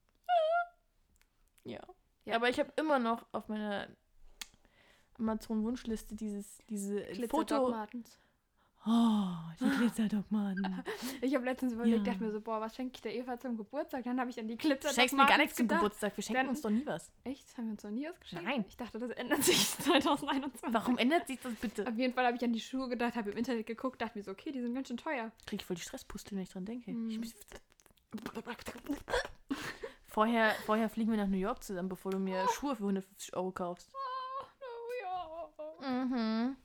Speaker 1: Ja.
Speaker 2: Ja.
Speaker 1: Aber ich habe immer noch auf meiner Amazon-Wunschliste dieses diese
Speaker 2: Foto.
Speaker 1: Foto. Oh, die Glitzerdogmaten.
Speaker 2: Ich habe letztens überlegt,
Speaker 1: Ja.
Speaker 2: dachte mir so, boah, was schenke ich der Eva zum Geburtstag? Dann habe ich an die Glitzer.
Speaker 1: Du schenkst mir gar nichts zum
Speaker 2: gedacht.
Speaker 1: Geburtstag. Wir schenken
Speaker 2: Dann-
Speaker 1: uns doch nie was.
Speaker 2: Echt? Haben wir uns noch nie ausgeschenkt?
Speaker 1: Nein.
Speaker 2: Ich dachte, das ändert sich 2021.
Speaker 1: Warum ändert sich das bitte?
Speaker 2: Auf jeden Fall habe ich an die Schuhe gedacht, habe im Internet geguckt, dachte mir so, okay, die sind ganz schön teuer.
Speaker 1: Krieg ich voll die Stresspusteln, wenn ich dran denke. Ich
Speaker 2: Mhm.
Speaker 1: mich vorher, vorher fliegen wir nach New York zusammen, bevor du mir Schuhe für 150 Euro kaufst. Mhm.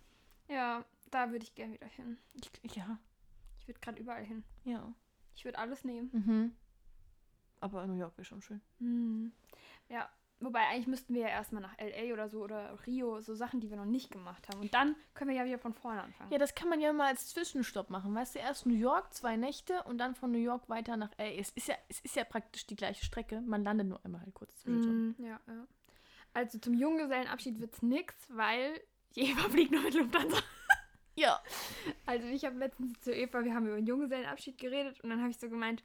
Speaker 2: Ja, da würde ich gerne wieder hin.
Speaker 1: Ich, ja,
Speaker 2: Ich würde gerade überall hin.
Speaker 1: ja.
Speaker 2: Ich würde alles nehmen.
Speaker 1: Mhm. Aber New York wäre schon schön.
Speaker 2: Ja, wobei eigentlich müssten wir ja erstmal nach LA oder so oder Rio, so Sachen, die wir noch nicht gemacht haben. Und dann können wir ja wieder von vorne anfangen.
Speaker 1: Ja, das kann man ja mal als Zwischenstopp machen. Weißt du, erst New York, zwei Nächte und dann von New York weiter nach LA. Es ist ja, es ist ja praktisch die gleiche Strecke. Man landet nur einmal halt kurz zwischendrin.
Speaker 2: Mhm, ja, ja. Also zum Junggesellenabschied wird's nix, weil die Eva fliegt nur mit Lufthansa.
Speaker 1: Ja.
Speaker 2: Also ich habe letztens zu Eva, wir haben über den Junggesellenabschied geredet und dann habe ich so gemeint,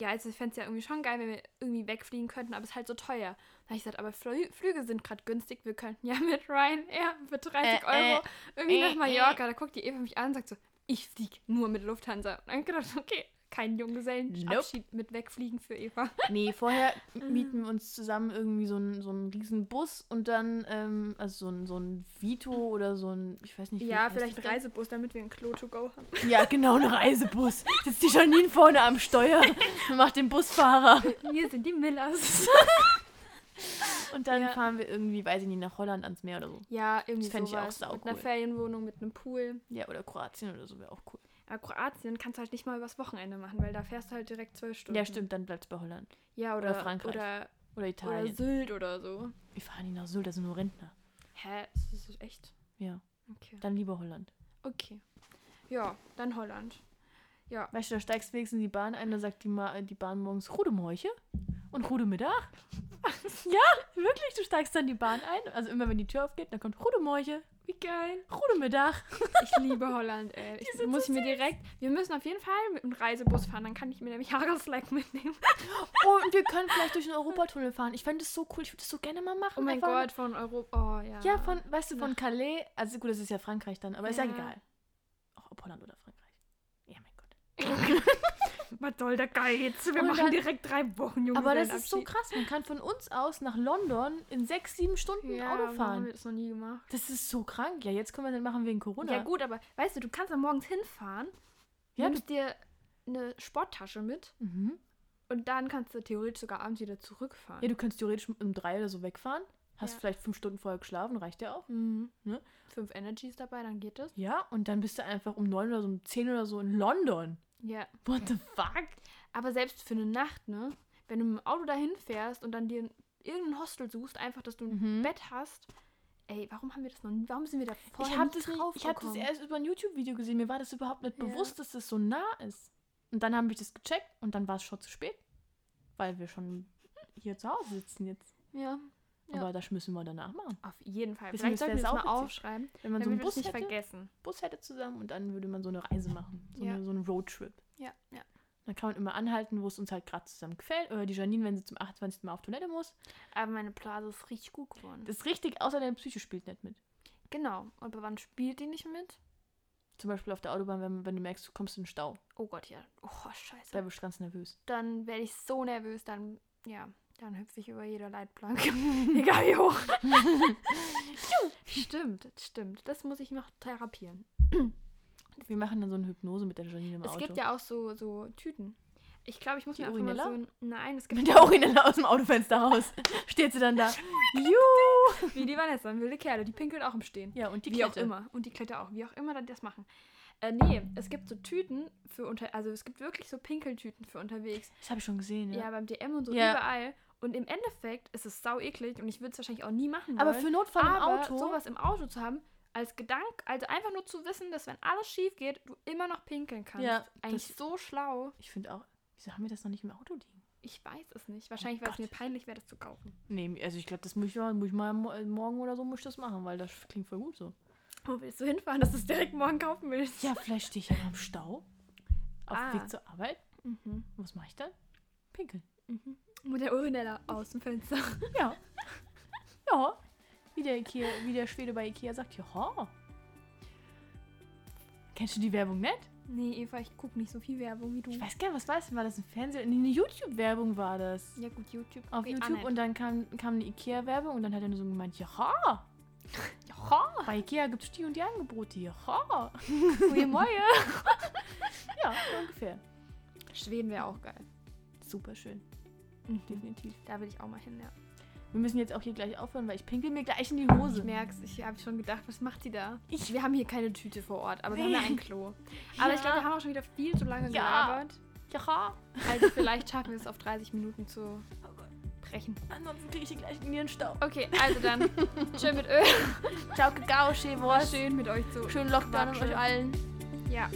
Speaker 2: ja, also ich fände es ja irgendwie schon geil, wenn wir irgendwie wegfliegen könnten, aber es ist halt so teuer. Dann habe ich gesagt, aber Flü Flüge sind gerade günstig, wir könnten ja mit Ryanair für 30
Speaker 1: Äh,
Speaker 2: Euro irgendwie
Speaker 1: äh,
Speaker 2: nach Mallorca. Da guckt die Eva mich an und sagt so, ich fliege nur mit Lufthansa. Und dann habe ich gedacht, okay, kein Junggesellenabschied mit wegfliegen für Eva.
Speaker 1: Nee, vorher mieten wir uns zusammen irgendwie so einen so einen riesen Bus und dann, ähm, also so ein, so ein Vito oder so ein, ich weiß nicht. wie heißt das?
Speaker 2: Reisebus, damit wir ein Klo to go haben.
Speaker 1: Ja, genau, ein Reisebus. Sitzt die Janine vorne am Steuer und macht den Busfahrer.
Speaker 2: Hier sind die Millers.
Speaker 1: Und dann
Speaker 2: Ja.
Speaker 1: fahren wir irgendwie, weiß ich nicht, nach Holland ans Meer oder so.
Speaker 2: Ja, irgendwie
Speaker 1: Das fänd ich
Speaker 2: sowas.
Speaker 1: auch
Speaker 2: mit einer
Speaker 1: saucool.
Speaker 2: Ferienwohnung, mit einem Pool.
Speaker 1: Ja, oder Kroatien oder so wäre auch cool.
Speaker 2: Aber Kroatien kannst du halt nicht mal übers Wochenende machen, weil da fährst du halt direkt zwölf Stunden.
Speaker 1: Ja, stimmt, dann bleibt's bei Holland.
Speaker 2: Ja, oder,
Speaker 1: Oder Frankreich.
Speaker 2: Oder,
Speaker 1: Oder
Speaker 2: oder
Speaker 1: Italien.
Speaker 2: Sylt oder so.
Speaker 1: Wir fahren nicht nach Sylt, da sind nur Rentner.
Speaker 2: Hä? Ist das ist echt?
Speaker 1: Ja,
Speaker 2: Okay.
Speaker 1: dann lieber Holland.
Speaker 2: Okay. Ja, dann Holland.
Speaker 1: Weißt du, da äh, steigst du wenigstens in die Bahn ein, da sagt die, Ma die Bahn morgens Rude Morche und Rude Mittag Wirklich, du steigst dann die Bahn ein. Also immer wenn die Tür aufgeht, dann kommt Rude Morche,
Speaker 2: Wie geil.
Speaker 1: Rude Mittag.
Speaker 2: Ich liebe Holland, ey. Ich,
Speaker 1: sind
Speaker 2: muss
Speaker 1: so
Speaker 2: ich mir direkt. Wir müssen auf jeden Fall mit dem Reisebus fahren, dann kann ich mir nämlich Haarausleck mitnehmen.
Speaker 1: Oh, und wir können vielleicht durch den Europatunnel fahren. Ich fände das so cool. Ich würde das so gerne mal machen.
Speaker 2: Oh mein
Speaker 1: Einfach-
Speaker 2: Gott, von Europa. Oh ja.
Speaker 1: Ja, von, weißt du, von Calais. Also gut, das ist ja Frankreich dann, aber ist ja
Speaker 2: Ja.
Speaker 1: egal. Auch ob Holland oder Frankreich. Ja, mein Gott.
Speaker 2: Was soll der Geiz? Wir
Speaker 1: Und
Speaker 2: machen
Speaker 1: dann-
Speaker 2: direkt drei Wochen, Junge.
Speaker 1: Aber das ist so krass. Man kann von uns aus nach London in sechs, sieben Stunden
Speaker 2: Ja,
Speaker 1: Auto
Speaker 2: Auto haben wir
Speaker 1: fahren.
Speaker 2: das noch nie gemacht.
Speaker 1: Das ist so krank. Ja, jetzt können wir das machen wegen Corona.
Speaker 2: Ja gut, aber weißt du, du kannst ja morgens hinfahren,
Speaker 1: Ja,
Speaker 2: nimmst dir eine Sporttasche mit
Speaker 1: Mhm.
Speaker 2: und dann kannst du theoretisch sogar abends wieder zurückfahren.
Speaker 1: Ja, du könntest theoretisch um drei oder so wegfahren. Hast
Speaker 2: Ja.
Speaker 1: vielleicht fünf Stunden vorher geschlafen, reicht ja auch.
Speaker 2: Mhm.
Speaker 1: Ne?
Speaker 2: Fünf Energies dabei, dann geht das.
Speaker 1: Ja, und dann bist du einfach um neun oder so, um zehn oder so in London.
Speaker 2: Ja.
Speaker 1: What the fuck?
Speaker 2: Aber selbst für eine Nacht, ne? Wenn du mit dem Auto dahin fährst und dann dir irgendein Hostel suchst, einfach, dass du ein
Speaker 1: Mhm.
Speaker 2: Bett hast. Ey, warum haben wir das noch nie? Warum sind wir da vorher
Speaker 1: ich habe
Speaker 2: nicht
Speaker 1: das, nicht-
Speaker 2: drauf
Speaker 1: ich hab das
Speaker 2: gekommen?
Speaker 1: erst über ein YouTube-Video gesehen. Mir war das überhaupt nicht
Speaker 2: Ja.
Speaker 1: bewusst, dass das so nah ist. Und dann habe ich das gecheckt und dann war es schon zu spät, weil wir schon hier zu Hause sitzen jetzt.
Speaker 2: Ja, Ja.
Speaker 1: Aber das müssen wir danach machen.
Speaker 2: auf jeden Fall.
Speaker 1: Wissen wir,
Speaker 2: Vielleicht
Speaker 1: das wär
Speaker 2: sollten wir das mal
Speaker 1: sauwitzig.
Speaker 2: aufschreiben,
Speaker 1: Wenn man
Speaker 2: damit
Speaker 1: so einen
Speaker 2: wir das
Speaker 1: Bus
Speaker 2: nicht
Speaker 1: hätte,
Speaker 2: vergessen.
Speaker 1: Bus hätte zusammen und dann würde man so eine Reise machen. So,
Speaker 2: Ja.
Speaker 1: eine, so einen Roadtrip.
Speaker 2: Ja, ja.
Speaker 1: Dann kann man immer anhalten, wo es uns halt gerade zusammen gefällt. Oder die Janine, wenn sie zum 28. Mal auf Toilette muss.
Speaker 2: Aber meine Blase ist richtig gut geworden.
Speaker 1: Das ist richtig, außer deine Psyche spielt nicht mit.
Speaker 2: genau. Und wann spielt die nicht mit?
Speaker 1: Zum Beispiel auf der Autobahn, wenn, wenn du merkst, du kommst in den Stau.
Speaker 2: Oh Gott, ja. Oh, scheiße.
Speaker 1: Da bist du ganz nervös.
Speaker 2: dann werde ich so nervös, dann, ja, dann hüpfe ich über jede Leitplanke. Egal wie hoch. stimmt, stimmt. Das muss ich noch therapieren.
Speaker 1: Wir machen dann so eine Hypnose mit der Janine im
Speaker 2: es
Speaker 1: Auto.
Speaker 2: gibt ja auch so, so Tüten. Ich glaube, ich muss
Speaker 1: Die
Speaker 2: mir einfach mal so
Speaker 1: Urinella?
Speaker 2: ein, Nein, es gibt
Speaker 1: Mit der Urinella aus dem Autofenster raus. Steht sie dann da. Juhu!
Speaker 2: wie die Vanessa, wilde Kerle, die pinkelt auch im Stehen.
Speaker 1: Ja, und die
Speaker 2: wie auch immer. Und die Klette auch. Wie auch immer dann das machen. Äh, nee, es gibt so Tüten für unter... Also es gibt wirklich so Pinkeltüten für unterwegs.
Speaker 1: Das habe ich schon gesehen,
Speaker 2: Ja,
Speaker 1: ja.
Speaker 2: beim DM und so
Speaker 1: Ja.
Speaker 2: überall. Und im Endeffekt ist es sau eklig und ich würde es wahrscheinlich auch nie machen wollen.
Speaker 1: Aber für Notfall
Speaker 2: aber
Speaker 1: im Auto.
Speaker 2: sowas im Auto zu haben, als Gedanke, also einfach nur zu wissen, dass wenn alles schief geht, du immer noch pinkeln kannst.
Speaker 1: Ja,
Speaker 2: Eigentlich
Speaker 1: das-
Speaker 2: so schlau.
Speaker 1: ich finde auch, wieso haben wir das noch nicht im Auto liegen?
Speaker 2: Ich weiß es nicht. Wahrscheinlich,
Speaker 1: Oh
Speaker 2: weil es mir peinlich wäre, das zu kaufen.
Speaker 1: Nee, also ich glaube, das muss ich mal, muss ich mal mo- äh, morgen oder so muss ich das machen, weil das klingt voll gut so.
Speaker 2: Wo willst du hinfahren, dass du es direkt morgen kaufen willst?
Speaker 1: Ja, vielleicht stehe ich ja mal im Stau. Auf
Speaker 2: Ah.
Speaker 1: dem Weg zur Arbeit.
Speaker 2: Mhm.
Speaker 1: Was mache ich dann? Pinkeln.
Speaker 2: Mit der Urinella aus dem Fenster.
Speaker 1: Ja. ja. Wie der, Ikea, wie der Schwede bei Ikea sagt, ja. Kennst du die Werbung nicht?
Speaker 2: Nee, Eva, ich gucke nicht so viel Werbung wie du.
Speaker 1: Ich weiß gar nicht, was war das? denn? War das ein Fernsehen? Nee, eine YouTube-Werbung war das.
Speaker 2: Ja gut, YouTube.
Speaker 1: Auf
Speaker 2: geht auch
Speaker 1: YouTube
Speaker 2: nicht.
Speaker 1: und dann kam, kam eine Ikea-Werbung und dann hat er nur so gemeint, ja,
Speaker 2: Ja,
Speaker 1: bei Ikea gibt es die und die Angebote, ja.
Speaker 2: gute Moje.
Speaker 1: Ja, so ungefähr.
Speaker 2: Schweden wäre auch geil.
Speaker 1: Super schön,
Speaker 2: Mhm.
Speaker 1: definitiv.
Speaker 2: Da will ich auch mal hin, ja.
Speaker 1: Wir müssen jetzt auch hier gleich aufhören, weil ich pinkel mir gleich in die Hose.
Speaker 2: Ich merk's, ich habe schon gedacht, was macht die da?
Speaker 1: Ich-
Speaker 2: wir haben hier keine Tüte vor Ort, aber wir haben
Speaker 1: Nee.
Speaker 2: ja ein Klo. Aber ich
Speaker 1: Ja.
Speaker 2: glaube, wir haben auch schon wieder viel zu lange
Speaker 1: Ja.
Speaker 2: gelabert.
Speaker 1: Ja,
Speaker 2: Also vielleicht schaffen wir es auf 30 Minuten zu brechen.
Speaker 1: ansonsten kriege ich hier gleich in den Stau.
Speaker 2: Okay, also dann schön mit Öl.
Speaker 1: Ciao, Kakao, schön,
Speaker 2: Schön mit euch zu.
Speaker 1: ne? schön Lockdown an euch allen.
Speaker 2: Ja.